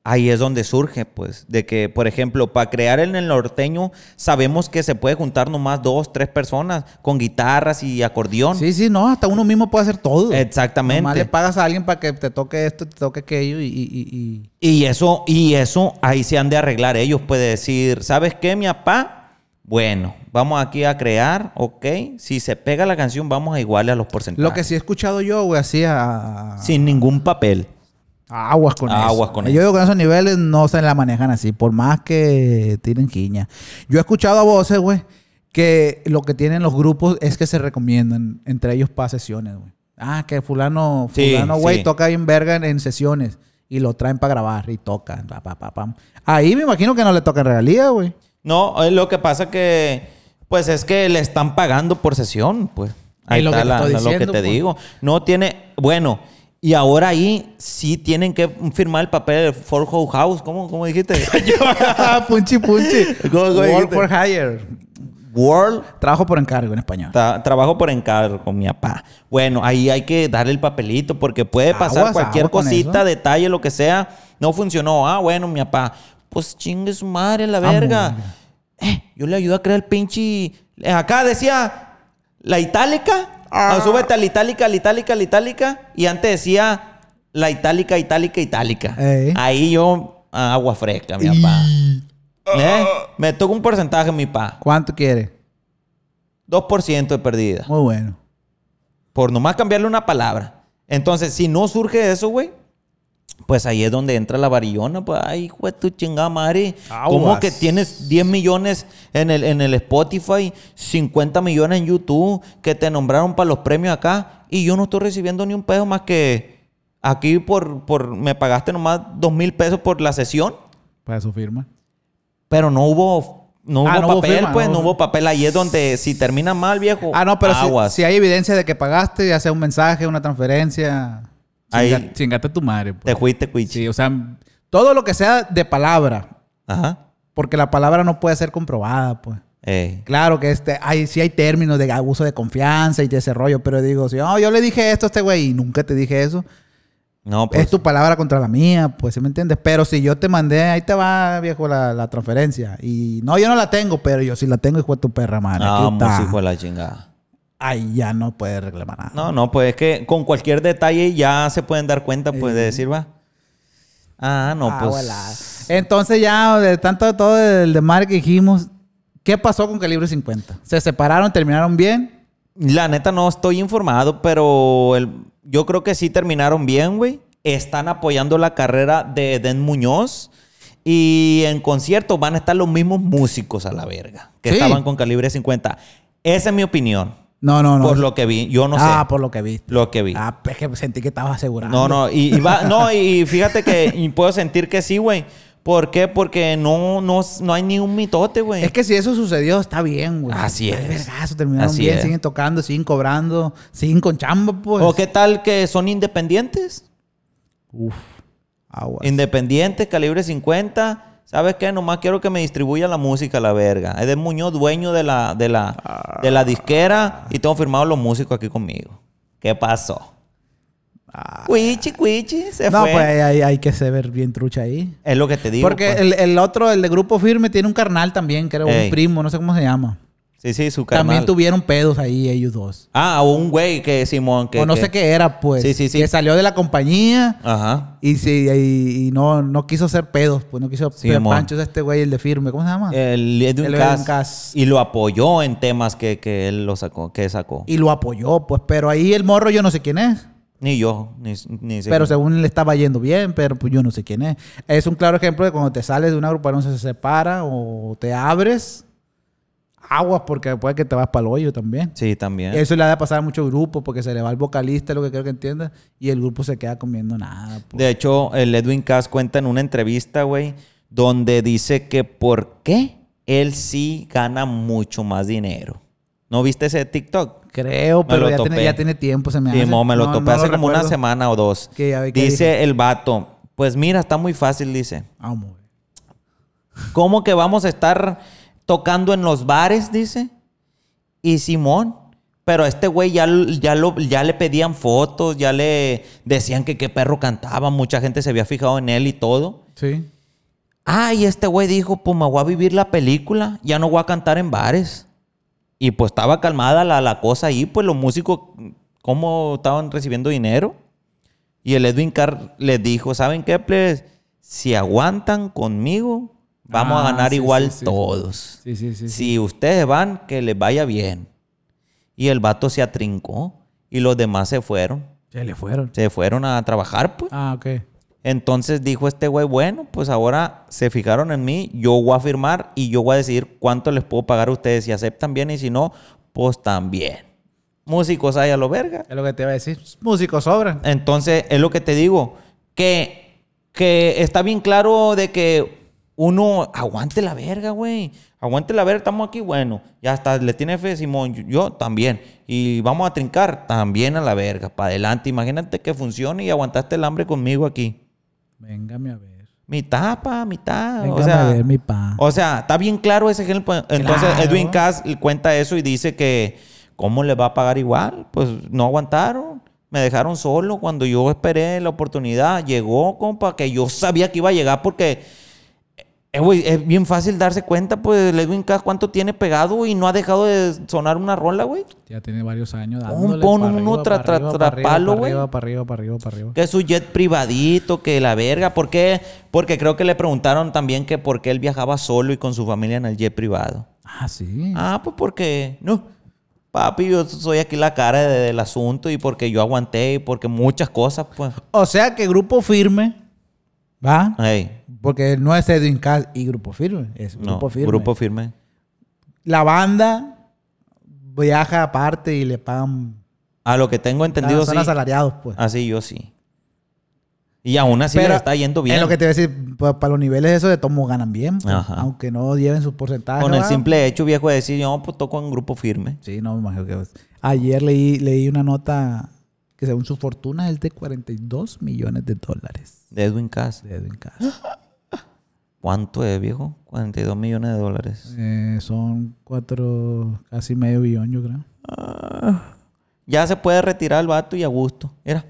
[SPEAKER 1] ahí es donde surge, pues. De que, por ejemplo, para crear en el norteño, sabemos que se puede juntar nomás dos, tres personas con guitarras y acordeón.
[SPEAKER 2] Sí, sí, no, hasta uno mismo puede hacer todo. Nomás le
[SPEAKER 1] Exactamente.
[SPEAKER 2] pagas a alguien para que te toque esto, te toque aquello y- y- y- y
[SPEAKER 1] Y eso, y eso ahí se han de arreglar ellos. Puede decir, ¿sabes qué, mi papá? Bueno, vamos aquí a crear, ok. Si se pega la canción, vamos a igualar a los porcentajes.
[SPEAKER 2] Lo que sí he escuchado yo, güey, así a, a-
[SPEAKER 1] Sin ningún papel.
[SPEAKER 2] a aguas con eso.
[SPEAKER 1] Aguas con
[SPEAKER 2] yo
[SPEAKER 1] eso.
[SPEAKER 2] digo que en esos niveles no se la manejan así, por más que tiren quiña. Yo he escuchado a voces, güey, que lo que tienen los grupos es que se recomiendan entre ellos para sesiones, güey. Ah, que fulano,
[SPEAKER 1] Sí,
[SPEAKER 2] fulano, güey,
[SPEAKER 1] sí.
[SPEAKER 2] toca bien verga en, en sesiones y lo traen para grabar y tocan. pa, pa, pa, pam. Ahí me imagino que no le tocan
[SPEAKER 1] [LAUGHS]
[SPEAKER 2] regalías, güey.
[SPEAKER 1] No, eh, lo que pasa que, pues es que le están pagando por sesión, pues. Ahí
[SPEAKER 2] Es lo
[SPEAKER 1] está
[SPEAKER 2] que te
[SPEAKER 1] la-
[SPEAKER 2] estoy
[SPEAKER 1] la- lo que
[SPEAKER 2] diciendo,
[SPEAKER 1] te
[SPEAKER 2] pues.
[SPEAKER 1] digo. No tiene, bueno, y ahora ahí sí tienen que firmar el papel de For Whole House. ¿Cómo, cómo
[SPEAKER 2] [LAUGHS]
[SPEAKER 1] dijiste?
[SPEAKER 2] punchi, punchi.
[SPEAKER 1] Go, go,
[SPEAKER 2] [LAUGHS] Work
[SPEAKER 1] dijiste.
[SPEAKER 2] for hire.
[SPEAKER 1] World
[SPEAKER 2] Trabajo por encargo en español.
[SPEAKER 1] Tra- trabajo por encargo con mi papá. Bueno, ahí hay que darle el papelito porque puede pasar
[SPEAKER 2] Aguas,
[SPEAKER 1] cualquier
[SPEAKER 2] aguas con
[SPEAKER 1] cosita,
[SPEAKER 2] eso.
[SPEAKER 1] detalle, lo que sea. No funcionó. Ah, bueno, mi papá. Pues chingue su madre, la
[SPEAKER 2] Vamos.
[SPEAKER 1] verga. Eh, yo le ayudo a crear el pinche. eh, Acá decía la itálica. Ah, súbete a la itálica, la itálica, la itálica. Y antes decía la itálica, itálica, itálica.
[SPEAKER 2] Ey.
[SPEAKER 1] Ahí yo, ah, agua fresca, mi papá. Eh, Me toca un porcentaje, mi papá.
[SPEAKER 2] ¿Cuánto quiere?
[SPEAKER 1] 2% de pérdida
[SPEAKER 2] Muy bueno.
[SPEAKER 1] por nomás cambiarle una palabra. Entonces, si no surge eso, güey, pues ahí es donde entra la varillona, pues, ay, güey, tu chingada madre. ¿Cómo
[SPEAKER 2] Aguas.
[SPEAKER 1] que tienes 10 millones en el, en el Spotify, 50 millones en YouTube, que te nombraron para los premios acá, y yo no estoy recibiendo ni un peso más que aquí por, por me pagaste nomás dos mil pesos por la sesión,
[SPEAKER 2] Para su firma.
[SPEAKER 1] pero no hubo... No hubo
[SPEAKER 2] Ah, no hubo
[SPEAKER 1] papel,
[SPEAKER 2] firma,
[SPEAKER 1] pues,
[SPEAKER 2] no
[SPEAKER 1] no,
[SPEAKER 2] hubo-
[SPEAKER 1] hubo papel. Ahí es donde, si termina mal, viejo,
[SPEAKER 2] Ah, no, pero si-
[SPEAKER 1] Oh, aguas.
[SPEAKER 2] Si, hay evidencia de que pagaste, ya sea un mensaje, una transferencia,
[SPEAKER 1] Ahí-
[SPEAKER 2] chinga- chingate a tu madre. pues.
[SPEAKER 1] Te fuiste, cuichi.
[SPEAKER 2] Sí, o sea, todo lo que sea de palabra,
[SPEAKER 1] Ajá. Eh,
[SPEAKER 2] porque la palabra no puede ser comprobada, pues.
[SPEAKER 1] Ey.
[SPEAKER 2] Claro que este, hay, sí hay términos de abuso de confianza y de ese rollo, pero digo, si "Oh, yo le dije esto a este güey y nunca te dije eso,
[SPEAKER 1] No, pues.
[SPEAKER 2] es tu palabra contra la mía, pues, ¿sí me entiendes? Pero si yo te mandé, ahí te va, viejo, la, la transferencia. Y no, yo no la tengo, pero yo sí la tengo, hijo de tu perra, madre.
[SPEAKER 1] Ah,
[SPEAKER 2] Aquí está.
[SPEAKER 1] hijo de la chingada.
[SPEAKER 2] Ahí ya no puedes reclamar nada.
[SPEAKER 1] No, no, pues es que con cualquier detalle ya se pueden dar cuenta, pues, de decir, va. Ah, no,
[SPEAKER 2] Ah,
[SPEAKER 1] pues.
[SPEAKER 2] volada. Entonces ya, de tanto todo el de Mark dijimos, ¿qué pasó con Calibre 50? ¿Se separaron, terminaron bien?
[SPEAKER 1] La neta no estoy informado, pero el- yo creo que sí terminaron bien, güey. están apoyando la carrera de Eden Muñoz. Y en conciertos van a estar los mismos músicos a la verga que
[SPEAKER 2] Sí.
[SPEAKER 1] estaban con calibre 50. Esa es mi opinión.
[SPEAKER 2] No, no, no.
[SPEAKER 1] Por lo que vi. Yo no
[SPEAKER 2] ah,
[SPEAKER 1] sé.
[SPEAKER 2] por lo que viste.
[SPEAKER 1] Lo que vi.
[SPEAKER 2] Ah, es que sentí que estabas asegurando.
[SPEAKER 1] No, no, y, y va- no, y fíjate que y puedo sentir que sí, güey. ¿Por qué? Porque no, no, no hay ni un mitote, güey.
[SPEAKER 2] Es que si eso sucedió, está bien, güey.
[SPEAKER 1] Así
[SPEAKER 2] Al
[SPEAKER 1] es.
[SPEAKER 2] vergazo, terminaron
[SPEAKER 1] Así
[SPEAKER 2] bien,
[SPEAKER 1] es.
[SPEAKER 2] siguen tocando, siguen cobrando, siguen con chamba, pues.
[SPEAKER 1] ¿O qué tal que son independientes?
[SPEAKER 2] Uf. Agua.
[SPEAKER 1] Independientes, calibre 50. ¿Sabes qué? Nomás quiero que me distribuya la música a la verga. Es de Muñoz, dueño de la, de
[SPEAKER 2] Ah.
[SPEAKER 1] la, de la disquera. Y tengo firmados los músicos aquí conmigo. ¿Qué pasó? Cuichi, cuichi, se
[SPEAKER 2] Ah. No,
[SPEAKER 1] fue.
[SPEAKER 2] pues hay, hay- hay que ser ver bien trucha ahí.
[SPEAKER 1] es lo que te digo.
[SPEAKER 2] Porque
[SPEAKER 1] pues.
[SPEAKER 2] el, el otro, el de Grupo Firme, tiene un carnal también, que era
[SPEAKER 1] Ey.
[SPEAKER 2] un primo, no sé cómo se llama.
[SPEAKER 1] Sí, sí, su
[SPEAKER 2] También
[SPEAKER 1] carnal.
[SPEAKER 2] tuvieron pedos ahí ellos dos.
[SPEAKER 1] Ah, un güey que Simón. Que,
[SPEAKER 2] o no
[SPEAKER 1] que-
[SPEAKER 2] sé qué era, pues.
[SPEAKER 1] Sí, sí, sí.
[SPEAKER 2] Que salió de la compañía
[SPEAKER 1] Ajá.
[SPEAKER 2] y, sí, y, y no, no quiso hacer pedos, pues no quiso
[SPEAKER 1] Sí,
[SPEAKER 2] hacer
[SPEAKER 1] mon. Eh.
[SPEAKER 2] panchos a este güey, el de Firme. ¿Cómo se llama?
[SPEAKER 1] El Edwin
[SPEAKER 2] Ah. El Edwin
[SPEAKER 1] Cass.
[SPEAKER 2] Cass.
[SPEAKER 1] Y lo apoyó en temas que, que él lo sacó, que sacó.
[SPEAKER 2] Y lo apoyó, pues. Pero ahí el morro yo no sé quién es.
[SPEAKER 1] Ni yo, ni, ni sé
[SPEAKER 2] Pero
[SPEAKER 1] quién.
[SPEAKER 2] según le estaba yendo bien, pero pues yo no sé quién es. Es un claro ejemplo de cuando te sales de una agrupación, se separa o te abres, aguas porque después que te vas para el hoyo también.
[SPEAKER 1] Sí, también.
[SPEAKER 2] Eso le ha de pasar a muchos grupos porque se le va el vocalista, es lo que creo que entiendas, y el grupo se queda comiendo nada. pues.
[SPEAKER 1] De hecho, el Edwin Cass cuenta en una entrevista, güey, donde dice que por qué él sí gana mucho más dinero. ¿No viste ese TikTok?
[SPEAKER 2] Creo, pero
[SPEAKER 1] lo
[SPEAKER 2] ya tiene,
[SPEAKER 1] topé.
[SPEAKER 2] ya tiene tiempo, se me hace.
[SPEAKER 1] Sí, mo, me lo
[SPEAKER 2] No,
[SPEAKER 1] topé
[SPEAKER 2] no
[SPEAKER 1] hace como una
[SPEAKER 2] recuerdo.
[SPEAKER 1] semana o dos.
[SPEAKER 2] Que ya vi que
[SPEAKER 1] dice el vato, pues mira, está muy fácil, dice.
[SPEAKER 2] Vamos.
[SPEAKER 1] ¿Cómo que vamos a estar tocando en los bares? Dice. Y Simón. Pero a este güey ya, l- ya, lo, ya le pedían fotos, ya le decían que qué perro cantaba, mucha gente se había fijado en él y todo.
[SPEAKER 2] Sí.
[SPEAKER 1] Ah, y este güey dijo, pues me voy a vivir la película, ya no voy a cantar en bares. Y pues estaba calmada la, la cosa ahí, pues los músicos, ¿cómo estaban recibiendo dinero? Y el Edwin Carr les dijo, ¿saben qué, plebes? Si aguantan conmigo, vamos
[SPEAKER 2] Ah,
[SPEAKER 1] a ganar
[SPEAKER 2] sí,
[SPEAKER 1] igual
[SPEAKER 2] sí, sí.
[SPEAKER 1] todos.
[SPEAKER 2] Sí, sí, sí.
[SPEAKER 1] Si ustedes van, que les vaya bien. Y el vato se atrincó y los demás se fueron.
[SPEAKER 2] Se le fueron.
[SPEAKER 1] Se fueron a trabajar, pues.
[SPEAKER 2] Ah, ok.
[SPEAKER 1] Entonces dijo este güey, bueno, pues ahora se fijaron en mí, yo voy a firmar y yo voy a decidir cuánto les puedo pagar a ustedes. Si aceptan bien y si no, pues también. Músicos hay a lo verga.
[SPEAKER 2] Es lo que te iba a decir. Músicos sobran.
[SPEAKER 1] Entonces es lo que te digo, que, que está bien claro de que uno aguante la verga, güey. Aguante la verga, estamos aquí, bueno, ya está, le tiene fe Simón, yo, yo también. Y vamos a trincar también a la verga, para adelante. Imagínate que funcione y aguantaste el hambre conmigo aquí.
[SPEAKER 2] Véngame a ver.
[SPEAKER 1] Mitad, pa, mitad.
[SPEAKER 2] Véngame
[SPEAKER 1] o sea,
[SPEAKER 2] a ver, mi pa.
[SPEAKER 1] o sea, está bien claro ese ejemplo. Entonces,
[SPEAKER 2] Claro.
[SPEAKER 1] Edwin Cass cuenta eso y dice que, ¿cómo les va a pagar igual? Pues no aguantaron. Me dejaron solo cuando yo esperé la oportunidad. Llegó, compa, que yo sabía que iba a llegar porque eh, güey, es bien fácil darse cuenta, pues, el Edwin Cass cuánto tiene pegado y no ha dejado de sonar una rola, güey.
[SPEAKER 2] Ya tiene varios años
[SPEAKER 1] dándole pon para uno arriba, tra- para arriba, tra- para arriba, trapalo, para güey. arriba,
[SPEAKER 2] para arriba, para arriba, para arriba.
[SPEAKER 1] Que su jet privadito, que la verga. ¿Por qué? Porque creo que le preguntaron también que por qué él viajaba solo y con su familia en el jet privado.
[SPEAKER 2] Ah, sí.
[SPEAKER 1] Ah, pues porque, no, papi, yo soy aquí la cara de- del asunto y porque yo aguanté y porque muchas cosas, pues.
[SPEAKER 2] O sea que Grupo Firme va.
[SPEAKER 1] Ey,
[SPEAKER 2] Porque no es Edwin Cass y Grupo Firme. Es
[SPEAKER 1] no,
[SPEAKER 2] Grupo Firme.
[SPEAKER 1] Grupo firme.
[SPEAKER 2] La banda viaja aparte y le pagan.
[SPEAKER 1] A lo que tengo entendido,
[SPEAKER 2] son
[SPEAKER 1] sí.
[SPEAKER 2] asalariados, pues.
[SPEAKER 1] Así yo sí. Y aún así le está yendo bien.
[SPEAKER 2] Es lo que te voy a decir. pues, para los niveles esos de tomo ganan bien. pues,
[SPEAKER 1] Ajá.
[SPEAKER 2] Aunque no lleven sus porcentajes.
[SPEAKER 1] Con el
[SPEAKER 2] ¿va?
[SPEAKER 1] simple hecho, viejo, de decir, yo pues toco en grupo firme.
[SPEAKER 2] Sí, no me imagino que. Ayer leí, leí una nota que según su fortuna es de 42 millones de dólares
[SPEAKER 1] De Edwin Cass.
[SPEAKER 2] de Edwin
[SPEAKER 1] ¿Ah?
[SPEAKER 2] Cass.
[SPEAKER 1] ¿Cuánto es, viejo? 42 millones de dólares.
[SPEAKER 2] Eh, son cuatro, casi medio billón, yo creo.
[SPEAKER 1] Ya se puede retirar el vato y a gusto. Mira,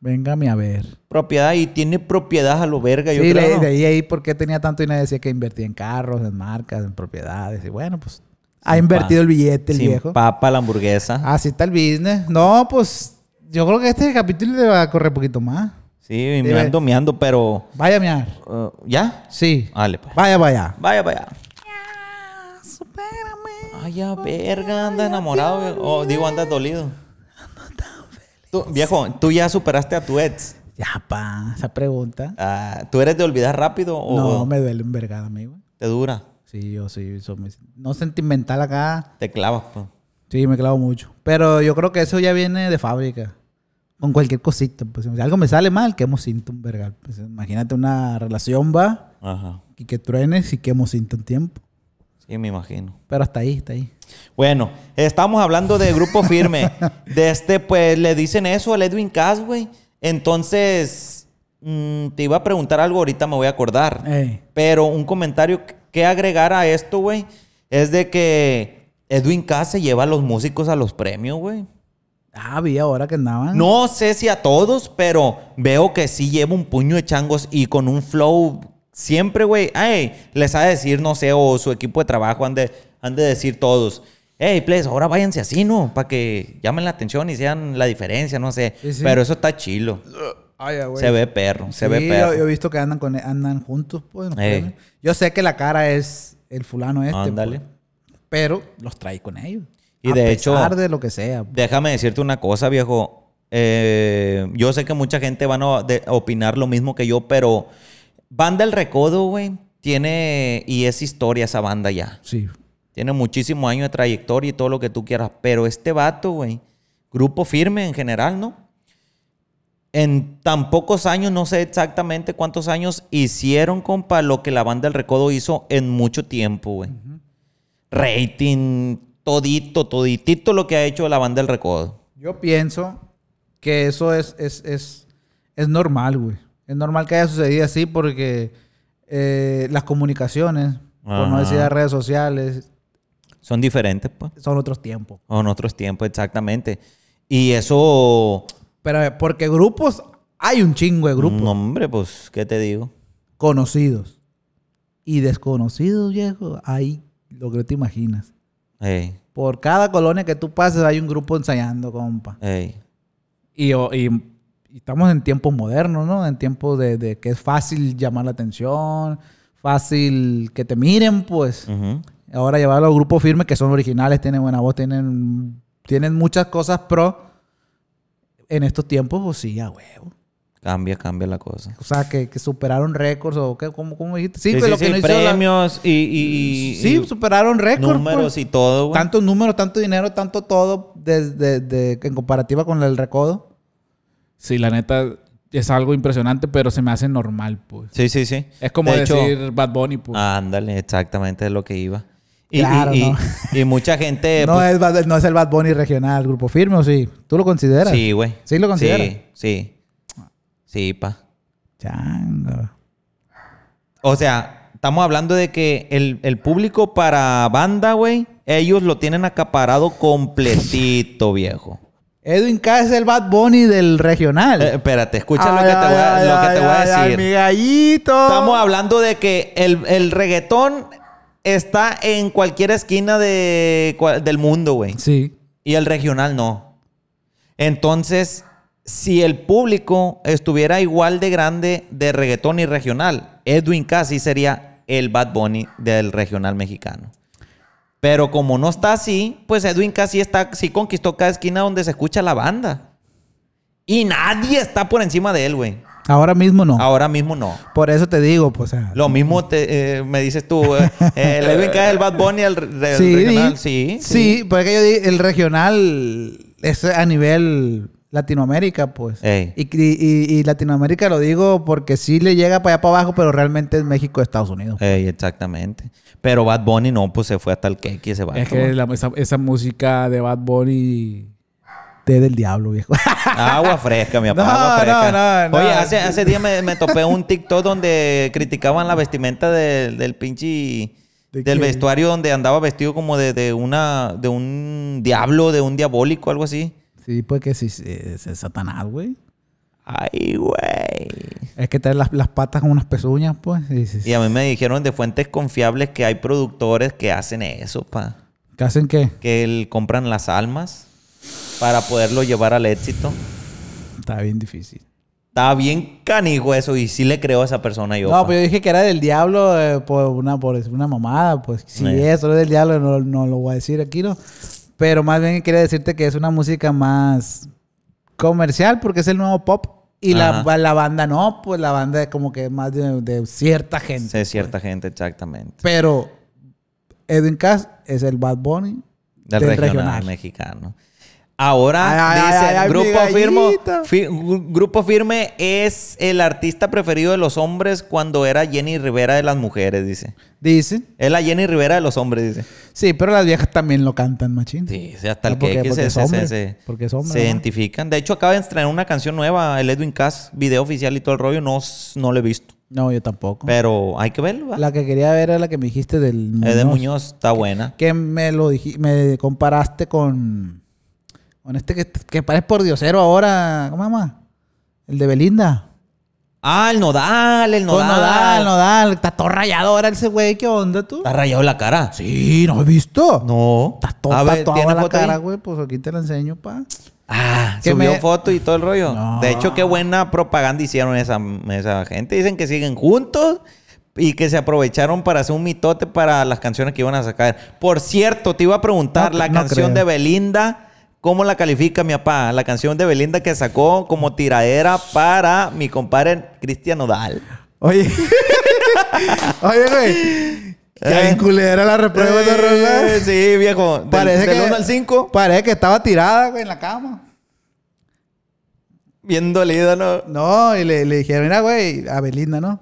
[SPEAKER 2] Véngame a ver.
[SPEAKER 1] propiedad y tiene propiedad a lo verga,
[SPEAKER 2] Sí,
[SPEAKER 1] yo creo.
[SPEAKER 2] leí,
[SPEAKER 1] ¿no?
[SPEAKER 2] leí ahí por qué tenía tanto dinero. Decía que invertía en carros, en marcas, en propiedades. Y bueno, pues ha invertido el billete el
[SPEAKER 1] Sin
[SPEAKER 2] viejo.
[SPEAKER 1] papa la hamburguesa.
[SPEAKER 2] Así Ah, está el business. No, pues yo creo que este capítulo le va a correr poquito más.
[SPEAKER 1] Sí,
[SPEAKER 2] Dime.
[SPEAKER 1] me ando meando, pero.
[SPEAKER 2] Vaya, miar.
[SPEAKER 1] eh, ¿Ya?
[SPEAKER 2] Sí.
[SPEAKER 1] Vale, pues.
[SPEAKER 2] Vaya, vaya.
[SPEAKER 1] Vaya, vaya.
[SPEAKER 2] Supérame.
[SPEAKER 1] Ay, ya, verga, anda enamorado. viejo. Oh, digo, andas dolido. Tú, viejo, tú ya superaste a tu ex.
[SPEAKER 2] Ya, pa, esa pregunta.
[SPEAKER 1] Ah, ¿Tú eres de olvidar rápido o
[SPEAKER 2] No, me duele en vergada, amigo.
[SPEAKER 1] te dura?
[SPEAKER 2] Sí, yo sí, soy muy- no sentimental acá.
[SPEAKER 1] Te clavas, pues.
[SPEAKER 2] Sí, me clavo mucho. Pero yo creo que eso ya viene de fábrica. Con cualquier cosita. Pues, si algo me sale mal, quemo cintum, verga. Pues, imagínate una relación, va,
[SPEAKER 1] Ajá.
[SPEAKER 2] y que truenes y quemo cintum tiempo.
[SPEAKER 1] Sí, me imagino.
[SPEAKER 2] Pero hasta ahí, hasta ahí.
[SPEAKER 1] Bueno, estamos hablando de grupo firme. De este, pues le dicen eso al Edwin Cass, güey. Entonces, mm, te iba a preguntar algo, ahorita me voy a acordar.
[SPEAKER 2] Ey.
[SPEAKER 1] Pero un comentario que agregar a esto, güey, es de que Edwin Cass se lleva a los músicos a los premios, güey.
[SPEAKER 2] Ah, vi ahora que andaban.
[SPEAKER 1] No sé si a todos, pero veo que sí lleva un puño de changos y con un flow siempre, güey. Ay, les ha de decir, no sé, o su equipo de trabajo han de, han de decir todos. Hey, please, ahora váyanse así, ¿no? Para que llamen la atención y sean la diferencia, no sé.
[SPEAKER 2] Sí, sí.
[SPEAKER 1] Pero eso está chilo.
[SPEAKER 2] Ay, ya, güey.
[SPEAKER 1] Se ve perro, se ve
[SPEAKER 2] Sí,
[SPEAKER 1] perro.
[SPEAKER 2] Yo, yo he visto que andan, con, andan juntos, pues. en los
[SPEAKER 1] Ey.
[SPEAKER 2] premios. Yo sé que la cara es el fulano este.
[SPEAKER 1] Ándale.
[SPEAKER 2] pues, pero los trae con ellos.
[SPEAKER 1] Y
[SPEAKER 2] a
[SPEAKER 1] de
[SPEAKER 2] pesar
[SPEAKER 1] hecho-
[SPEAKER 2] de lo que sea. pues.
[SPEAKER 1] Déjame decirte una cosa, viejo. Eh, yo sé que mucha gente van a de- opinar lo mismo que yo, pero Banda El Recodo, güey, tiene y es historia esa banda ya.
[SPEAKER 2] Sí.
[SPEAKER 1] Tiene muchísimos años de trayectoria y todo lo que tú quieras. Pero este vato, güey, grupo firme en general, ¿no? En tan pocos años, no sé exactamente cuántos años, hicieron, compa, lo que la banda del Recodo hizo en mucho tiempo, güey. Rating, todito, toditito lo que ha hecho la banda del Recodo.
[SPEAKER 2] Yo pienso que eso es, es, es, es normal, güey. Es normal que haya sucedido así porque eh, las comunicaciones, por no
[SPEAKER 1] Ajá.
[SPEAKER 2] decir las redes sociales,
[SPEAKER 1] Son diferentes, pues.
[SPEAKER 2] son otros tiempos.
[SPEAKER 1] En otros tiempos, exactamente. Y eso.
[SPEAKER 2] Pero eh, porque grupos, hay un chingo de grupos
[SPEAKER 1] no, Hombre, pues, ¿qué te digo?
[SPEAKER 2] conocidos y desconocidos, viejo. Hay lo que no te imaginas.
[SPEAKER 1] Ey,
[SPEAKER 2] Por cada colonia que tú pases hay un grupo ensayando, compa.
[SPEAKER 1] ey.
[SPEAKER 2] Y, o- y- y estamos en tiempos modernos, ¿no? En tiempos de, de que es fácil llamar la atención, fácil que te miren, pues.
[SPEAKER 1] Ujú.
[SPEAKER 2] Ahora llevarlo a los grupos firmes que son originales, tienen buena voz, tienen, tienen muchas cosas pro. En estos tiempos, pues sí, a huevo.
[SPEAKER 1] Cambia, cambia la cosa.
[SPEAKER 2] O sea, que, que superaron récords o qué, ¿cómo, cómo dijiste? Sí,
[SPEAKER 1] Sí,
[SPEAKER 2] pues,
[SPEAKER 1] sí,
[SPEAKER 2] lo que
[SPEAKER 1] sí,
[SPEAKER 2] no hizo la-
[SPEAKER 1] premios y, y- y-
[SPEAKER 2] Sí,
[SPEAKER 1] y
[SPEAKER 2] superaron récords.
[SPEAKER 1] números
[SPEAKER 2] pues.
[SPEAKER 1] y todo, güey.
[SPEAKER 2] Tantos números, tanto dinero, tanto todo desde de- en comparativa con el recodo.
[SPEAKER 3] Sí, la neta es algo impresionante, pero se me hace normal, pues.
[SPEAKER 1] Sí, sí, sí.
[SPEAKER 3] Es como
[SPEAKER 1] De hecho,
[SPEAKER 3] decir Bad Bunny, pues.
[SPEAKER 1] Ah, ándale, exactamente es lo que iba. Y, y-
[SPEAKER 2] Claro,
[SPEAKER 1] y-
[SPEAKER 2] no.
[SPEAKER 1] y mucha gente.
[SPEAKER 2] [LAUGHS] no,
[SPEAKER 1] pues,
[SPEAKER 2] es, Bad- no es el Bad Bunny regional, grupo firme, ¿o sí? ¿Tú lo consideras?
[SPEAKER 1] sí, güey.
[SPEAKER 2] ¿Sí lo consideras?
[SPEAKER 1] Sí, sí. Sí, pa.
[SPEAKER 2] Chango.
[SPEAKER 1] O sea, estamos hablando de que el, el público para banda, güey, ellos lo tienen acaparado completito, viejo.
[SPEAKER 2] Edwin K. es el Bad Bunny del regional.
[SPEAKER 1] Eh, espérate, escucha lo
[SPEAKER 2] Ay,
[SPEAKER 1] que te voy a,
[SPEAKER 2] ay,
[SPEAKER 1] lo que te
[SPEAKER 2] ay,
[SPEAKER 1] voy a
[SPEAKER 2] ay,
[SPEAKER 1] decir.
[SPEAKER 2] ay, mi gallito.
[SPEAKER 1] Estamos hablando de que el, el reggaetón está en cualquier esquina de, cua- del mundo, güey.
[SPEAKER 3] Sí.
[SPEAKER 1] Y el regional no. Entonces, si el público estuviera igual de grande de reggaetón y regional, Edwin Casi sería el Bad Bunny del regional mexicano. Pero como no está así, pues Edwin Casi está, sí conquistó cada esquina donde se escucha la banda. Y nadie está por encima de él, güey.
[SPEAKER 2] Ahora mismo no.
[SPEAKER 1] Ahora mismo no.
[SPEAKER 2] Por eso te digo, pues. o sea,
[SPEAKER 1] Lo mismo te, eh, me dices tú. eh, eh, el Edwin Cass, el Bad Bunny, el, re- el regional. Sí,
[SPEAKER 2] sí. porque yo di- el regional es a nivel Latinoamérica, pues.
[SPEAKER 1] Ey.
[SPEAKER 2] Y, y- y- y Latinoamérica lo digo porque sí le llega para allá para abajo, pero realmente es México, Estados Unidos.
[SPEAKER 1] Ey, exactamente. Pero Bad Bunny no, pues se fue hasta el cake y se va.
[SPEAKER 3] Es que la- esa, esa música de Bad Bunny.
[SPEAKER 2] Té del diablo, viejo. [LAUGHS]
[SPEAKER 1] Agua fresca, mi papá.
[SPEAKER 2] No,
[SPEAKER 1] agua fresca.
[SPEAKER 2] no, no,
[SPEAKER 1] Oye,
[SPEAKER 2] no.
[SPEAKER 1] hace, hace día me, me topé un TikTok donde criticaban la vestimenta del, del pinche.
[SPEAKER 2] ¿De
[SPEAKER 1] del
[SPEAKER 2] qué?
[SPEAKER 1] vestuario donde andaba vestido como de, de una. de un diablo, de un diabólico, algo así.
[SPEAKER 2] Sí, pues que sí, sí, es, es Satanás, güey.
[SPEAKER 1] Ay, güey.
[SPEAKER 2] Es que trae las, las patas con unas pezuñas, pues. y sí, sí.
[SPEAKER 1] Y a mí me dijeron de fuentes confiables que hay productores que hacen eso, pa.
[SPEAKER 2] ¿Qué hacen qué?
[SPEAKER 1] Que el- compran las almas para poderlo llevar al éxito.
[SPEAKER 2] Está bien difícil.
[SPEAKER 1] Estaba bien canijo eso y sí le creo a esa persona yo.
[SPEAKER 2] No, pues,
[SPEAKER 1] pa.
[SPEAKER 2] pero yo dije que era del diablo eh, por, una, por una mamada, pues. Si
[SPEAKER 1] Eh.
[SPEAKER 2] es solo del diablo, no, no lo voy a decir aquí, ¿no? Pero más bien quería decirte que es una música más comercial porque es el nuevo pop. Y la,
[SPEAKER 1] Ajá.
[SPEAKER 2] la banda no, pues la banda es como que más de, de cierta gente.
[SPEAKER 1] Sí, cierta gente, exactamente.
[SPEAKER 2] Pero Edwin Cass es el Bad Bunny
[SPEAKER 1] Del, regional, mexicano. Ahora
[SPEAKER 2] Ay, ay,
[SPEAKER 1] dice
[SPEAKER 2] ay, ay, mi
[SPEAKER 1] grupo firme,
[SPEAKER 2] gallita.
[SPEAKER 1] fi- gru- grupo firme es el artista preferido de los hombres cuando era Jenny Rivera de las mujeres, dice.
[SPEAKER 2] Dicen.
[SPEAKER 1] Es la Jenny Rivera de los hombres, dice.
[SPEAKER 2] Sí, pero las viejas también lo cantan, machín.
[SPEAKER 1] Sí, sí, hasta el
[SPEAKER 2] Ah, porque-
[SPEAKER 1] que X
[SPEAKER 2] porque
[SPEAKER 1] se,
[SPEAKER 2] es
[SPEAKER 1] se-
[SPEAKER 2] hombre,
[SPEAKER 1] se-
[SPEAKER 2] porque es hombre,
[SPEAKER 1] se
[SPEAKER 2] ¿no?
[SPEAKER 1] identifican. De hecho, acaba de estrenar una canción nueva, el Edwin Cass, video oficial y todo el rollo. No, s- no lo he visto.
[SPEAKER 2] No, yo tampoco.
[SPEAKER 1] Pero hay que verlo. ¿va?
[SPEAKER 2] Ah. La que quería ver era la que me dijiste del Muñoz.
[SPEAKER 1] Edwin Muñoz está buena.
[SPEAKER 2] Que me lo dijiste, me comparaste con. Con este que, que parece por diosero ahora. ¿Cómo se llama? El de Belinda.
[SPEAKER 1] Ah, el Nodal, el
[SPEAKER 2] Con
[SPEAKER 1] Nodal.
[SPEAKER 2] Nodal, Nodal. Está todo rayado ahora ese güey. ¿Qué onda tú?
[SPEAKER 1] Está rayado la cara.
[SPEAKER 2] Sí, ¿no has visto?
[SPEAKER 1] No.
[SPEAKER 2] Está todo
[SPEAKER 1] A ver,
[SPEAKER 2] tatuado
[SPEAKER 1] ¿tiene
[SPEAKER 2] la
[SPEAKER 1] foto ahí?
[SPEAKER 2] cara, güey. Pues aquí te la enseño, pa.
[SPEAKER 1] Ah,
[SPEAKER 2] Que
[SPEAKER 1] subió
[SPEAKER 2] me-
[SPEAKER 1] foto y todo el rollo.
[SPEAKER 2] No.
[SPEAKER 1] De hecho, qué buena propaganda hicieron esa, esa gente. Dicen que siguen juntos y que se aprovecharon para hacer un mitote para las canciones que iban a sacar. Por cierto, te iba a preguntar,
[SPEAKER 2] No,
[SPEAKER 1] la
[SPEAKER 2] no
[SPEAKER 1] canción
[SPEAKER 2] creo.
[SPEAKER 1] de Belinda, ¿cómo la califica mi papá? La canción de Belinda que sacó como tiradera para mi compadre Cristian Odal.
[SPEAKER 2] Oye. [LAUGHS] Oye, güey. Qué bien culera la reprueba de rola.
[SPEAKER 1] Eh. sí, viejo. Del-
[SPEAKER 2] Parece
[SPEAKER 1] del
[SPEAKER 2] que-
[SPEAKER 1] 1 al 5,
[SPEAKER 2] Parece que estaba tirada, güey, en la cama.
[SPEAKER 1] bien dolido, ¿no?
[SPEAKER 2] No, y le, le dijeron, mira, güey, a Belinda, ¿no?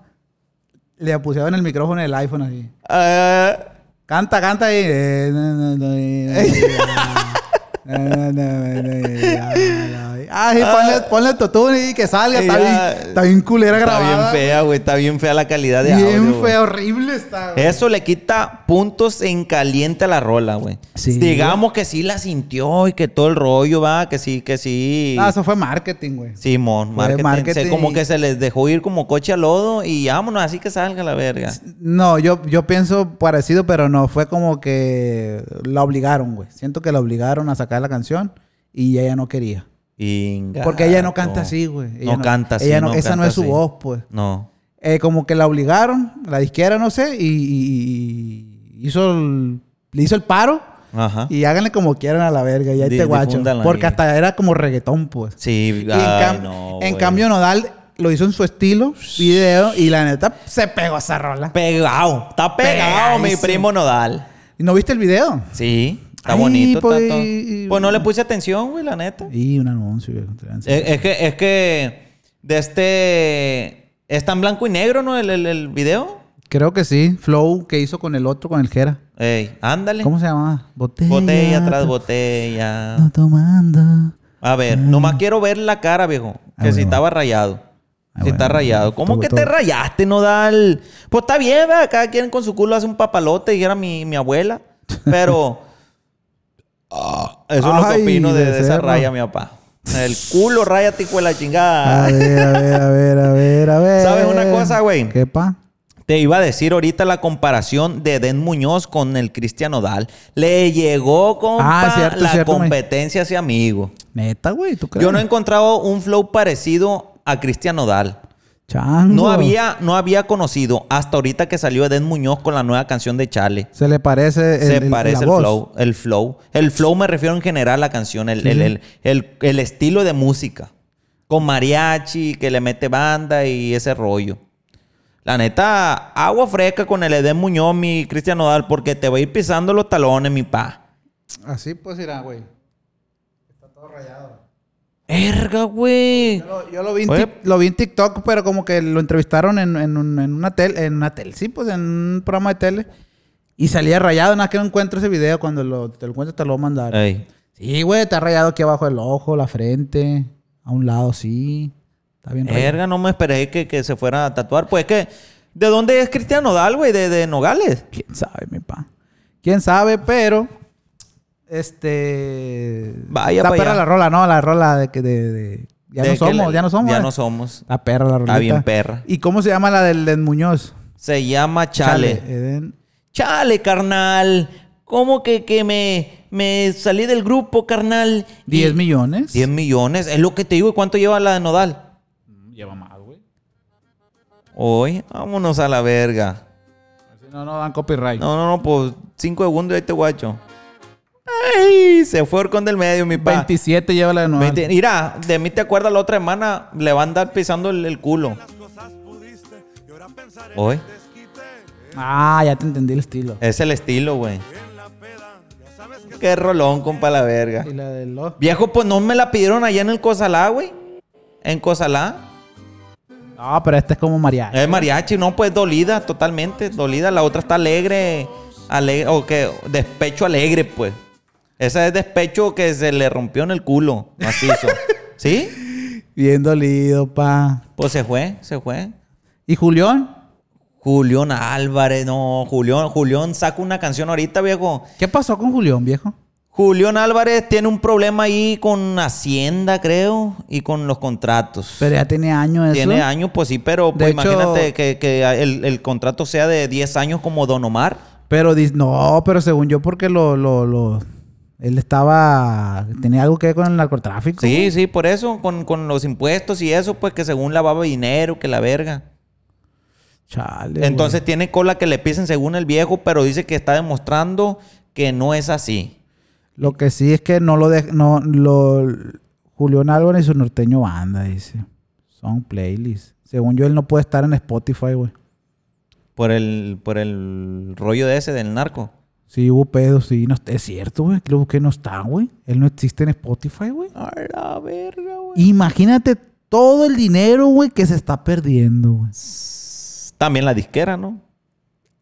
[SPEAKER 2] Le pusieron el micrófono en el iPhone así.
[SPEAKER 1] Ah,
[SPEAKER 2] Canta, canta y... Ah, sí, ponle, ponle totún y que salga.
[SPEAKER 1] Y
[SPEAKER 2] Está
[SPEAKER 1] ya.
[SPEAKER 2] bien, está bien culera
[SPEAKER 1] está
[SPEAKER 2] grabada.
[SPEAKER 1] bien fea, güey. Está bien fea la calidad de audio.
[SPEAKER 2] Bien
[SPEAKER 1] güey.
[SPEAKER 2] fea, horrible está, güey.
[SPEAKER 1] Eso le quita puntos en caliente a la rola, güey.
[SPEAKER 2] Sí.
[SPEAKER 1] Digamos que sí la sintió y que todo el rollo, va, que sí, que sí.
[SPEAKER 2] Ah, eso fue marketing, güey.
[SPEAKER 1] Simón,
[SPEAKER 2] Fue
[SPEAKER 1] marketing.
[SPEAKER 2] marketing.
[SPEAKER 1] Se- como que se les dejó ir como coche a lodo y vámonos, así que salga la verga.
[SPEAKER 2] No, yo, yo pienso parecido, pero no, fue como que la obligaron, güey. Siento que la obligaron a sacar la canción y ella no quería.
[SPEAKER 1] Inga,
[SPEAKER 2] Porque ella no canta así, güey. Ella
[SPEAKER 1] No, canta así.
[SPEAKER 2] ella no- esa
[SPEAKER 1] canta
[SPEAKER 2] no es su
[SPEAKER 1] así.
[SPEAKER 2] voz, pues.
[SPEAKER 1] No.
[SPEAKER 2] Eh, como que la obligaron, la disquera, no sé, y, y- y hizo el, le hizo el paro.
[SPEAKER 1] Ajá.
[SPEAKER 2] Y háganle como quieran a la verga, y ahí
[SPEAKER 1] Di-
[SPEAKER 2] te guacho.
[SPEAKER 1] difúndanla
[SPEAKER 2] Porque
[SPEAKER 1] ahí.
[SPEAKER 2] hasta era como reggaetón, pues.
[SPEAKER 1] Sí,
[SPEAKER 2] Y en,
[SPEAKER 1] ay,
[SPEAKER 2] cam-
[SPEAKER 1] no,
[SPEAKER 2] en
[SPEAKER 1] güey.
[SPEAKER 2] cambio, Nodal lo hizo en su estilo, video, y la neta se pegó esa rola.
[SPEAKER 1] Pegado. Está pegado, mi
[SPEAKER 2] Pegadísimo.
[SPEAKER 1] primo Nodal.
[SPEAKER 2] ¿Y no viste el video?
[SPEAKER 1] Sí, está
[SPEAKER 2] Ay,
[SPEAKER 1] bonito.
[SPEAKER 2] pues,
[SPEAKER 1] está todo.
[SPEAKER 2] y-
[SPEAKER 1] pues no le puse atención, güey, la neta.
[SPEAKER 2] Y un anuncio. viejo, te lanzan.
[SPEAKER 1] Eh, Es que, es que de este. Está en blanco y negro, ¿no? El, el- el video.
[SPEAKER 2] Creo que sí. Flow que hizo con el otro, con el Jera.
[SPEAKER 1] Ey, ándale.
[SPEAKER 2] ¿Cómo se llamaba? Botella.
[SPEAKER 1] Botella tras
[SPEAKER 2] to-
[SPEAKER 1] botella.
[SPEAKER 2] No tomando.
[SPEAKER 1] A ver, nomás quiero ver la cara, viejo.
[SPEAKER 2] Mm. Ah,
[SPEAKER 1] Que si
[SPEAKER 2] bueno.
[SPEAKER 1] estaba rayado.
[SPEAKER 2] Ah,
[SPEAKER 1] si está
[SPEAKER 2] bueno.
[SPEAKER 1] rayado. ¿Cómo
[SPEAKER 2] Todo-
[SPEAKER 1] que
[SPEAKER 2] todo.
[SPEAKER 1] te rayaste, Nodal? Pues está bien, ¿verdad? Cada quien con su culo hace un papalote, dijera mi, mi abuela. Pero. [LAUGHS] Ah, eso es lo
[SPEAKER 2] Ay,
[SPEAKER 1] que opino de, de esa
[SPEAKER 2] becerro.
[SPEAKER 1] raya, mi papá. El culo raya, tico de la chingada.
[SPEAKER 2] A ver, a ver, a ver, a ver, a ver.
[SPEAKER 1] ¿Sabes una cosa, güey?
[SPEAKER 2] ¿Qué pa?
[SPEAKER 1] Te iba a decir ahorita la comparación de Edén Muñoz con el Cristian Odal. Le llegó, compa,
[SPEAKER 2] Ah, cierto,
[SPEAKER 1] la
[SPEAKER 2] cierto, me-
[SPEAKER 1] competencia a ese amigo.
[SPEAKER 2] Neta, güey, ¿tú crees?
[SPEAKER 1] Yo no he encontrado un flow parecido a Cristian Odal.
[SPEAKER 2] Chango.
[SPEAKER 1] No había, no había conocido hasta ahorita que salió Edén Muñoz con la nueva canción de Chale.
[SPEAKER 2] Se le parece el,
[SPEAKER 1] Se
[SPEAKER 2] el-
[SPEAKER 1] parece
[SPEAKER 2] la
[SPEAKER 1] el
[SPEAKER 2] voz.
[SPEAKER 1] flow, el flow. El flow me refiero en general a la canción, el, el- el- el- el estilo de música. Con mariachi, que le mete banda y ese rollo. La neta, agua fresca con el Edén Muñoz, mi Cristian Nodal, porque te va a ir pisando los talones, mi pa.
[SPEAKER 2] Así pues irá, güey. Está todo rayado.
[SPEAKER 1] Erga, güey.
[SPEAKER 2] Yo lo, yo lo vi, en
[SPEAKER 1] Oye.
[SPEAKER 2] Tik- lo vi en TikTok, pero como que lo entrevistaron en, en un- en una tele, en una tele, sí, pues en un programa de tele. Y salía rayado, nada que no encuentro ese video, cuando lo, te lo encuentro te lo voy a mandar.
[SPEAKER 1] Ey.
[SPEAKER 2] Sí, güey, está rayado aquí abajo del ojo, la frente, a un lado sí. Está bien rayado.
[SPEAKER 1] Erga, no me esperé que, que se fuera a tatuar. Pues es que, ¿de dónde es Cristian Nodal, güey? De, de Nogales.
[SPEAKER 2] ¿Quién sabe, mi pa? ¿Quién sabe? Pero, este...
[SPEAKER 1] Vaya
[SPEAKER 2] Está
[SPEAKER 1] pa'
[SPEAKER 2] perra
[SPEAKER 1] allá.
[SPEAKER 2] la rola, ¿no? La rola de que de... de- ya,
[SPEAKER 1] De
[SPEAKER 2] no
[SPEAKER 1] que
[SPEAKER 2] somos,
[SPEAKER 1] le-
[SPEAKER 2] ya no somos,
[SPEAKER 1] Ya
[SPEAKER 2] eh.
[SPEAKER 1] no somos.
[SPEAKER 2] Está perra la rola.
[SPEAKER 1] bien perra.
[SPEAKER 2] ¿Y cómo se llama la del, del Muñoz?
[SPEAKER 1] Se llama Chale.
[SPEAKER 2] Eden.
[SPEAKER 1] Chale, carnal. ¿Cómo que, que me, me salí del grupo, carnal?
[SPEAKER 2] 10
[SPEAKER 1] Y-
[SPEAKER 2] millones.
[SPEAKER 1] 10 millones. Es lo que te digo. ¿Y cuánto lleva la de Nodal?
[SPEAKER 3] Lleva más, güey.
[SPEAKER 1] Hoy, vámonos a la verga.
[SPEAKER 3] A ver si no, no dan copyright.
[SPEAKER 1] No, no, no, pues 5 segundos y ahí te guacho. ¡Ey! Se fue Orcón del medio, mi pa.
[SPEAKER 3] 27 lleva la de Noval.
[SPEAKER 1] 20. Mira, de mí te acuerdas la otra hermana, le va a andar pisando el, el culo. Hoy.
[SPEAKER 2] Ah, ya te entendí el estilo.
[SPEAKER 1] Es el estilo, güey. Qué rolón, compa la verga.
[SPEAKER 2] Y la del lo-
[SPEAKER 1] Viejo, pues no me la pidieron allá en el Cosalá, güey. En Cosalá.
[SPEAKER 2] No, pero este es como mariachi.
[SPEAKER 1] Es mariachi, no, pues dolida, totalmente, dolida. La otra está alegre, alegre, o que despecho alegre, pues. Esa es despecho que se le rompió en el culo, macizo. ¿Sí?
[SPEAKER 2] Bien dolido, pa.
[SPEAKER 1] Pues se fue, se fue.
[SPEAKER 2] ¿Y Julián?
[SPEAKER 1] Julián Álvarez, no, Julián, Julián saca una canción ahorita, viejo.
[SPEAKER 2] ¿Qué pasó con Julián, viejo?
[SPEAKER 1] Julián Álvarez tiene un problema ahí con Hacienda, creo, y con los contratos.
[SPEAKER 2] Pero ya tiene años eso.
[SPEAKER 1] Tiene años, pues sí, pero
[SPEAKER 2] De
[SPEAKER 1] pues,
[SPEAKER 2] hecho-
[SPEAKER 1] imagínate que, que el, el contrato sea de 10 años como Don Omar.
[SPEAKER 2] Pero dis- no, pero según yo, porque lo, lo, lo- él estaba. tenía algo que ver con el narcotráfico.
[SPEAKER 1] Sí, sí, por eso, con, con los impuestos y eso, pues que según lavaba dinero, que la verga.
[SPEAKER 2] Chale.
[SPEAKER 1] Entonces tiene cola que le pisen según el viejo, pero dice que está demostrando que no es así.
[SPEAKER 2] güey. Lo que sí es que no lo de, no lo Julián Álvarez y su norteño banda, dice. Son playlists. Según yo, él no puede estar en Spotify, güey.
[SPEAKER 1] Por el, por el rollo de ese del narco.
[SPEAKER 2] Sí, hubo pedos, sí. No, es cierto, güey. Creo que no está, güey. Él no existe en Spotify, güey.
[SPEAKER 1] A la verga, güey.
[SPEAKER 2] Imagínate todo el dinero, güey, que se está perdiendo, güey.
[SPEAKER 1] También la disquera, ¿no?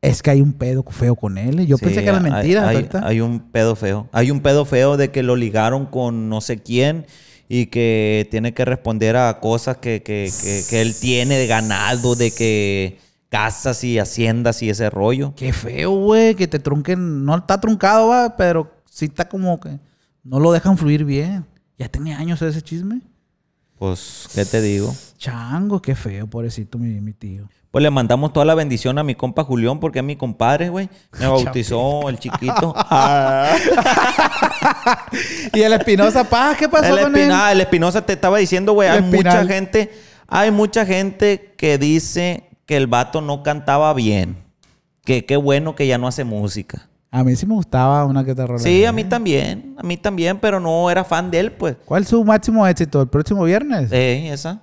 [SPEAKER 2] Es que hay un pedo feo con él. ¿eh? Yo
[SPEAKER 1] Sí,
[SPEAKER 2] pensé que era
[SPEAKER 1] hay-
[SPEAKER 2] mentira. hasta
[SPEAKER 1] Hay,
[SPEAKER 2] ahorita.
[SPEAKER 1] hay un pedo feo. Hay un pedo feo de que lo ligaron con no sé quién y que tiene que responder a cosas que, que- que- que él tiene de ganado, de que casas y haciendas y ese rollo.
[SPEAKER 2] Qué feo, güey, que te trunquen. No está truncado, va, pero sí está como que no lo dejan fluir bien. Ya tenía años ese chisme.
[SPEAKER 1] Pues, ¿qué te digo?
[SPEAKER 2] Chango, qué feo, pobrecito mi, mi tío.
[SPEAKER 1] Pues le mandamos toda la bendición a mi compa Julián porque es mi compadre, güey. Me
[SPEAKER 2] [LAUGHS]
[SPEAKER 1] bautizó el chiquito.
[SPEAKER 2] Y el Espinosa Paz, ¿qué pasó
[SPEAKER 1] El,
[SPEAKER 2] con él?
[SPEAKER 1] Espina- el Espinosa te estaba diciendo, güey,
[SPEAKER 2] El
[SPEAKER 1] hay mucha
[SPEAKER 2] Espinal.
[SPEAKER 1] gente, hay mucha gente que dice que el vato no cantaba bien. Que qué bueno que ya no hace música.
[SPEAKER 2] A mí sí me gustaba una que te rola.
[SPEAKER 1] Sí, a mí también, a mí también, pero no era fan de él, pues.
[SPEAKER 2] ¿Cuál es su máximo éxito? ¿El próximo viernes?
[SPEAKER 1] Eh, esa.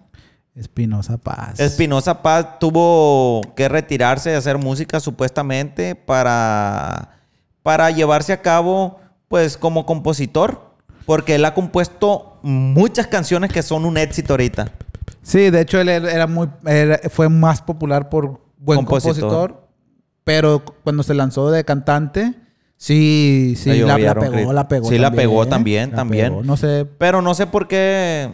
[SPEAKER 2] Espinosa Paz.
[SPEAKER 1] Espinosa Paz tuvo que retirarse de hacer música supuestamente para, para llevarse a cabo, pues, como compositor. Porque él ha compuesto muchas canciones que son un éxito ahorita.
[SPEAKER 2] Sí, de hecho él era era muy, era- fue más popular por buen
[SPEAKER 1] Compositor.
[SPEAKER 2] compositor. pero cu- cuando se lanzó de cantante, sí, sí,
[SPEAKER 1] Le
[SPEAKER 2] la, la
[SPEAKER 1] llovieron
[SPEAKER 2] pegó,
[SPEAKER 1] crit-
[SPEAKER 2] la pegó.
[SPEAKER 1] Sí, la pegó
[SPEAKER 2] ¿eh?
[SPEAKER 1] también,
[SPEAKER 2] La
[SPEAKER 1] también.
[SPEAKER 2] pegó, no sé,
[SPEAKER 1] Pero no sé por qué.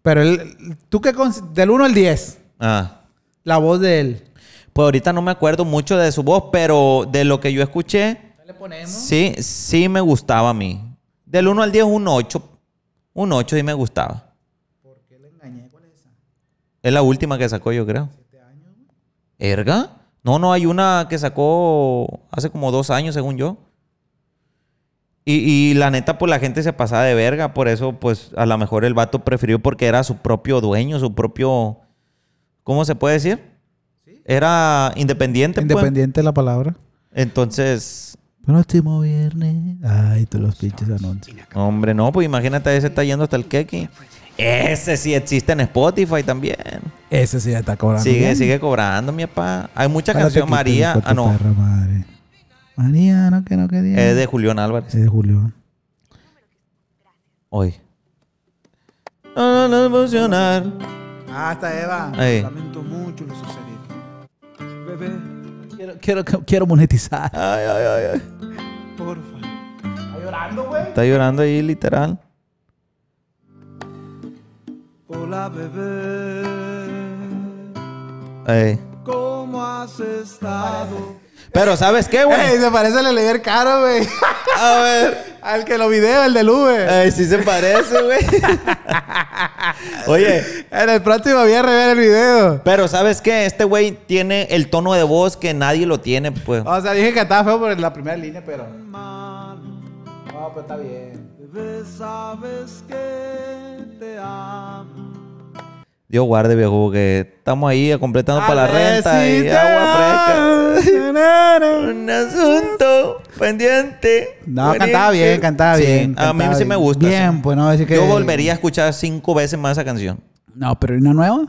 [SPEAKER 2] pero él, ¿tú qué cons- Del 1 al 10,
[SPEAKER 1] Ah.
[SPEAKER 2] la voz de él.
[SPEAKER 1] Pues ahorita no me acuerdo mucho de su voz, pero de lo que yo escuché,
[SPEAKER 2] le ponemos?
[SPEAKER 1] sí, sí me gustaba a mí. Del 1 al 10, un 8. Un 8 sí me gustaba. Es la última que sacó, yo creo. ¿Erga? No, no, hay una que sacó hace como dos años, según yo. Y, y la neta, pues la gente se pasaba de verga. Por eso, pues a lo mejor el vato prefirió porque era su propio dueño, su propio. ¿Cómo se puede decir? Era independiente. pues.
[SPEAKER 2] Independiente de la palabra.
[SPEAKER 1] Entonces,
[SPEAKER 2] Próximo viernes. Ay, tú los pinches anuncios.
[SPEAKER 1] hombre, no, pues imagínate, ese está yendo hasta el Keki. Ese sí existe en Spotify también.
[SPEAKER 2] Ese sí ya está cobrando.
[SPEAKER 1] Sigue,
[SPEAKER 2] bien.
[SPEAKER 1] sigue cobrando, mi papá. Hay mucha
[SPEAKER 2] Párate
[SPEAKER 1] canción
[SPEAKER 2] aquí,
[SPEAKER 1] María.
[SPEAKER 2] hijo de
[SPEAKER 1] Ah,
[SPEAKER 2] tu
[SPEAKER 1] no.
[SPEAKER 2] perra madre. María, no, que no quería.
[SPEAKER 1] Es de Julián Álvarez.
[SPEAKER 2] Es de Julio.
[SPEAKER 1] Hoy. No, no, no emocionar.
[SPEAKER 2] Ah, está Eva.
[SPEAKER 1] Ey.
[SPEAKER 4] Lamento mucho lo sucedido. Bebé,
[SPEAKER 2] Quiero, quiero, quiero monetizar.
[SPEAKER 1] Ay, ay, ay, ay.
[SPEAKER 4] porfa.
[SPEAKER 1] Está llorando ahí, literal.
[SPEAKER 4] Hola, bebé.
[SPEAKER 1] Ey.
[SPEAKER 4] ¿Cómo has estado?
[SPEAKER 1] Pero, ¿sabes qué, güey?
[SPEAKER 2] se parece al Oliver Caro, güey. [LAUGHS]
[SPEAKER 1] A ver.
[SPEAKER 2] al que lo video, el del Uber.
[SPEAKER 1] Ay, sí se parece, güey. Oye,
[SPEAKER 2] En el próximo viernes ver el video.
[SPEAKER 1] pero ¿sabes qué? Este güey tiene el tono de voz que nadie lo tiene, pues.
[SPEAKER 2] O sea, dije que estaba feo por la primera línea, pero. No,
[SPEAKER 4] Mano,
[SPEAKER 2] pero está bien.
[SPEAKER 4] bebé, sabes que te amo.
[SPEAKER 1] Dios guarde, viejo, que estamos ahí completando para la renta y
[SPEAKER 2] Alecita.
[SPEAKER 1] agua fresca. Un asunto. Pendiente.
[SPEAKER 2] No, cantaba bien, cantaba
[SPEAKER 1] Sí,
[SPEAKER 2] bien.
[SPEAKER 1] a mí
[SPEAKER 2] cantaba
[SPEAKER 1] sí
[SPEAKER 2] bien.
[SPEAKER 1] me gusta,
[SPEAKER 2] Bien,
[SPEAKER 1] sí.
[SPEAKER 2] pues no, decir que.
[SPEAKER 1] Yo volvería a escuchar cinco veces más esa canción.
[SPEAKER 2] No, pero ¿y una nueva?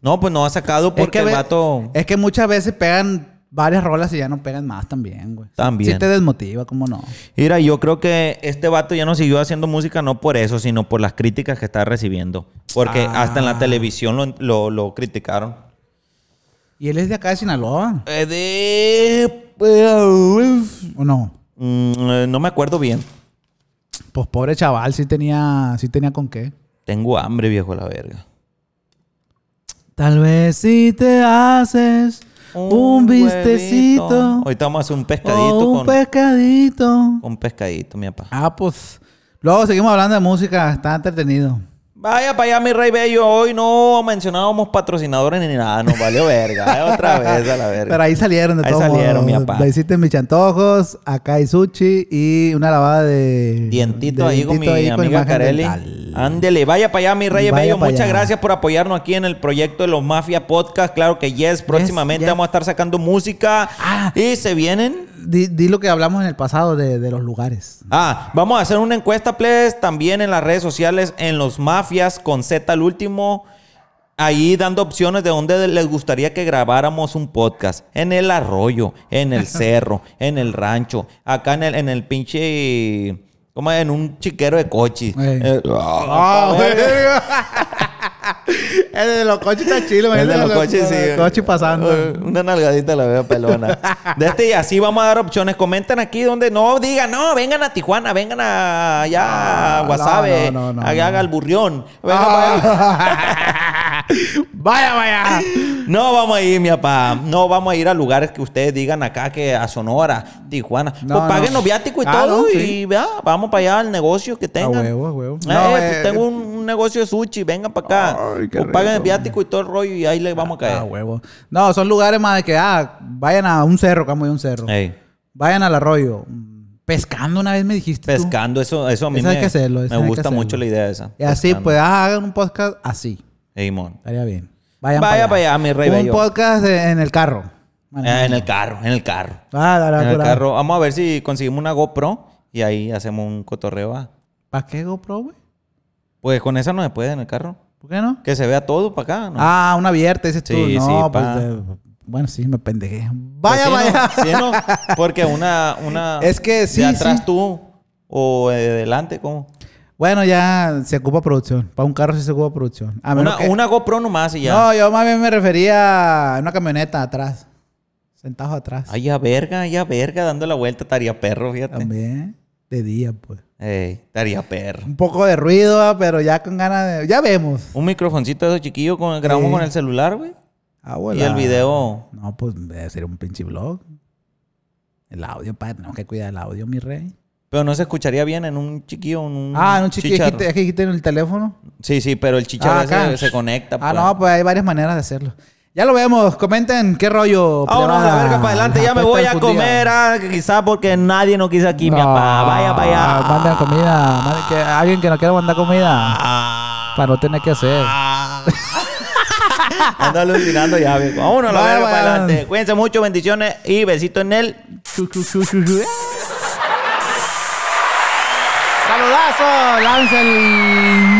[SPEAKER 1] No, pues no ha sacado
[SPEAKER 2] Es
[SPEAKER 1] porque
[SPEAKER 2] que,
[SPEAKER 1] el
[SPEAKER 2] ve-
[SPEAKER 1] vato...
[SPEAKER 2] es que muchas veces pegan varias rolas y ya no pegan más también, güey.
[SPEAKER 1] También.
[SPEAKER 2] Sí te desmotiva, ¿cómo no?
[SPEAKER 1] Mira, yo creo que este vato ya no siguió haciendo música no por eso, sino por las críticas que está recibiendo. Porque
[SPEAKER 2] Ah.
[SPEAKER 1] hasta en la televisión lo, lo- lo criticaron.
[SPEAKER 2] ¿Y él es de acá de Sinaloa?
[SPEAKER 1] Eh,
[SPEAKER 2] pues, ah,
[SPEAKER 1] de-
[SPEAKER 2] ¿O no?
[SPEAKER 1] Mm, eh, no me acuerdo bien.
[SPEAKER 2] Pues pobre chaval, sí tenía, sí tenía con qué.
[SPEAKER 1] Tengo hambre, viejo, la verga.
[SPEAKER 2] Tal vez si te haces un
[SPEAKER 1] huevito.
[SPEAKER 2] vistecito
[SPEAKER 1] Ahorita vamos a hacer un pescadito
[SPEAKER 2] o un
[SPEAKER 1] con,
[SPEAKER 2] pescadito.
[SPEAKER 1] con pescadito, mi papá.
[SPEAKER 2] Ah, pues. Luego seguimos hablando de música, está entretenido.
[SPEAKER 1] Vaya para allá, mi rey bello. Hoy no mencionábamos patrocinadores ni nada. Nos valió verga. Eh,
[SPEAKER 2] [LAUGHS]
[SPEAKER 1] Otra vez a la verga.
[SPEAKER 2] Pero ahí salieron de
[SPEAKER 1] Ahí
[SPEAKER 2] todos
[SPEAKER 1] salieron,
[SPEAKER 2] modos.
[SPEAKER 1] mi papá.
[SPEAKER 2] Le hiciste mis chantojos, acá hay sushi y una lavada de...
[SPEAKER 1] Dientito
[SPEAKER 2] de
[SPEAKER 1] ahí con mi
[SPEAKER 2] dientito ahí con
[SPEAKER 1] amiga
[SPEAKER 2] imagen
[SPEAKER 1] Carelli.
[SPEAKER 2] dental.
[SPEAKER 1] Ándele, vaya para allá, mi Reyes
[SPEAKER 2] Vaya
[SPEAKER 1] Bello.
[SPEAKER 2] pa'
[SPEAKER 1] Muchas
[SPEAKER 2] allá.
[SPEAKER 1] gracias por apoyarnos aquí en el proyecto de los Mafia Podcast. Claro que yes, próximamente
[SPEAKER 2] yes.
[SPEAKER 1] vamos a estar sacando música.
[SPEAKER 2] Ah.
[SPEAKER 1] Y se vienen.
[SPEAKER 2] Di, di lo que hablamos en el pasado de, de los lugares.
[SPEAKER 1] Ah, vamos a hacer una encuesta, please, también en las redes sociales, en los Mafias con Z al último. Ahí dando opciones de dónde les gustaría que grabáramos un podcast. En el arroyo, en
[SPEAKER 2] [LAUGHS]
[SPEAKER 1] el cerro, en el rancho, acá en el, en el pinche. ¿Cómo es? En un chiquero de coche.
[SPEAKER 2] Ey.
[SPEAKER 1] Eh,
[SPEAKER 2] ¡Ah,
[SPEAKER 1] ah,
[SPEAKER 2] güey! [LAUGHS] El de los coches está chido,
[SPEAKER 1] El
[SPEAKER 2] imagínate
[SPEAKER 1] de los
[SPEAKER 2] los-
[SPEAKER 1] coches, sí.
[SPEAKER 2] los coches pasando.
[SPEAKER 1] Uh, Una nalgadita la veo pelona. De este y así vamos a dar opciones. Comenten aquí donde no digan, no, vengan a Tijuana, vengan a allá a
[SPEAKER 2] Ah, No,
[SPEAKER 1] Guasave,
[SPEAKER 2] no, no, no,
[SPEAKER 1] allá
[SPEAKER 2] no.
[SPEAKER 1] a Galburrión. Vengan para allá.
[SPEAKER 2] Ah. [LAUGHS] vaya, vaya.
[SPEAKER 1] No vamos a ir, mi papá. No vamos a ir a lugares que ustedes digan acá que a Sonora, Tijuana.
[SPEAKER 2] No,
[SPEAKER 1] pues
[SPEAKER 2] no.
[SPEAKER 1] paguen los viáticos y
[SPEAKER 2] Ah,
[SPEAKER 1] todo
[SPEAKER 2] no, sí.
[SPEAKER 1] y vea, vamos para allá al negocio que tengan.
[SPEAKER 2] huevo, a huevo.
[SPEAKER 1] Eh,
[SPEAKER 2] No,
[SPEAKER 1] pues
[SPEAKER 2] eh,
[SPEAKER 1] tengo un, un negocio de sushi, vengan para acá.
[SPEAKER 2] Ay, qué
[SPEAKER 1] Pues paguen el
[SPEAKER 2] rico.
[SPEAKER 1] viático y todo el rollo y ahí le vamos a caer.
[SPEAKER 2] Ah, huevo. No, son lugares más de que, ah, vayan a un cerro, como de un cerro.
[SPEAKER 1] Ey.
[SPEAKER 2] Vayan al arroyo. Mm, Pescando una vez me dijiste. tú.
[SPEAKER 1] Pescando, eso, eso a mí
[SPEAKER 2] Eso
[SPEAKER 1] me,
[SPEAKER 2] hay que hacerlo, eso
[SPEAKER 1] me
[SPEAKER 2] hay que
[SPEAKER 1] gusta
[SPEAKER 2] hacerlo.
[SPEAKER 1] mucho la idea esa.
[SPEAKER 2] Y así,
[SPEAKER 1] Pescando.
[SPEAKER 2] pues, ah, hagan un podcast así.
[SPEAKER 1] Ey, mon.
[SPEAKER 2] Estaría bien. Vayan
[SPEAKER 1] Vaya
[SPEAKER 2] para
[SPEAKER 1] para allá, mi rey
[SPEAKER 2] Un
[SPEAKER 1] bello.
[SPEAKER 2] podcast de- en el carro.
[SPEAKER 1] Eh, en el carro, en el carro.
[SPEAKER 2] Ah, la,
[SPEAKER 1] En el carro. Vamos a ver si conseguimos una GoPro y ahí hacemos un cotorreo. ah.
[SPEAKER 2] ¿Para qué GoPro, güey?
[SPEAKER 1] Pues con esa no se puede en el carro.
[SPEAKER 2] ¿Por qué no?
[SPEAKER 1] Que se vea todo para acá. ¿no?
[SPEAKER 2] Ah, una abierta, dices tú.
[SPEAKER 1] Sí,
[SPEAKER 2] no,
[SPEAKER 1] sí,
[SPEAKER 2] pues,
[SPEAKER 1] pa.
[SPEAKER 2] de- bueno, sí, me pendejé.
[SPEAKER 1] Pues
[SPEAKER 2] Vaya,
[SPEAKER 1] sí,
[SPEAKER 2] vaya.
[SPEAKER 1] ¿no? Sí, ¿no? Porque una, una.
[SPEAKER 2] [LAUGHS] Es que sí,
[SPEAKER 1] De atrás
[SPEAKER 2] sí.
[SPEAKER 1] tú o de delante, ¿cómo?
[SPEAKER 2] Bueno, ya se ocupa producción. Para un carro sí se ocupa producción. A menos
[SPEAKER 1] Una,
[SPEAKER 2] que-
[SPEAKER 1] una GoPro nomás y ya.
[SPEAKER 2] No, yo más bien me refería a una camioneta atrás. Sentado atrás.
[SPEAKER 1] Ay, ya verga, ya verga, dando la vuelta estaría perro, fíjate.
[SPEAKER 2] También. De día, pues.
[SPEAKER 1] Ey, estaría perro.
[SPEAKER 2] Un poco de ruido, ah, pero ya con ganas de. Ya vemos.
[SPEAKER 1] Un microfoncito de esos chiquillos con, grabamos
[SPEAKER 2] Sí.
[SPEAKER 1] con el celular, güey.
[SPEAKER 2] Abuela.
[SPEAKER 1] Y el video.
[SPEAKER 2] Ah, No, pues debe ser un pinche vlog. El audio, padre. Tenemos que cuidar el audio, mi rey.
[SPEAKER 1] Pero no se escucharía bien en un chiquillo, en un
[SPEAKER 2] Ah, en un chiquillo.
[SPEAKER 1] Mm, chicharro.
[SPEAKER 2] Es que es que dijiste en el teléfono.
[SPEAKER 1] Sí, sí, pero el chicharro
[SPEAKER 2] Ah,
[SPEAKER 1] ese
[SPEAKER 2] acá.
[SPEAKER 1] se conecta.
[SPEAKER 2] Ah,
[SPEAKER 1] pues.
[SPEAKER 2] no, pues hay varias maneras de hacerlo. Ya lo vemos. Comenten qué rollo.
[SPEAKER 1] Vámonos a Ah, la verga para adelante, ya me voy a comer, ah, quizá porque nadie nos quiso aquí, mi papá. Vaya para allá.
[SPEAKER 2] Manden comida. Manden que, alguien que no quiera mandar comida.
[SPEAKER 1] Ah,
[SPEAKER 2] Para no tener que hacer.
[SPEAKER 1] Ando alucinando ya, viejo. Vámonos a la
[SPEAKER 2] Vaya,
[SPEAKER 1] verga para
[SPEAKER 2] vaya.
[SPEAKER 1] adelante. Cuídense mucho, bendiciones y besito en el
[SPEAKER 2] Chu, chu, chu, chu, chu. ¡Saludazo! ¡Láncenle!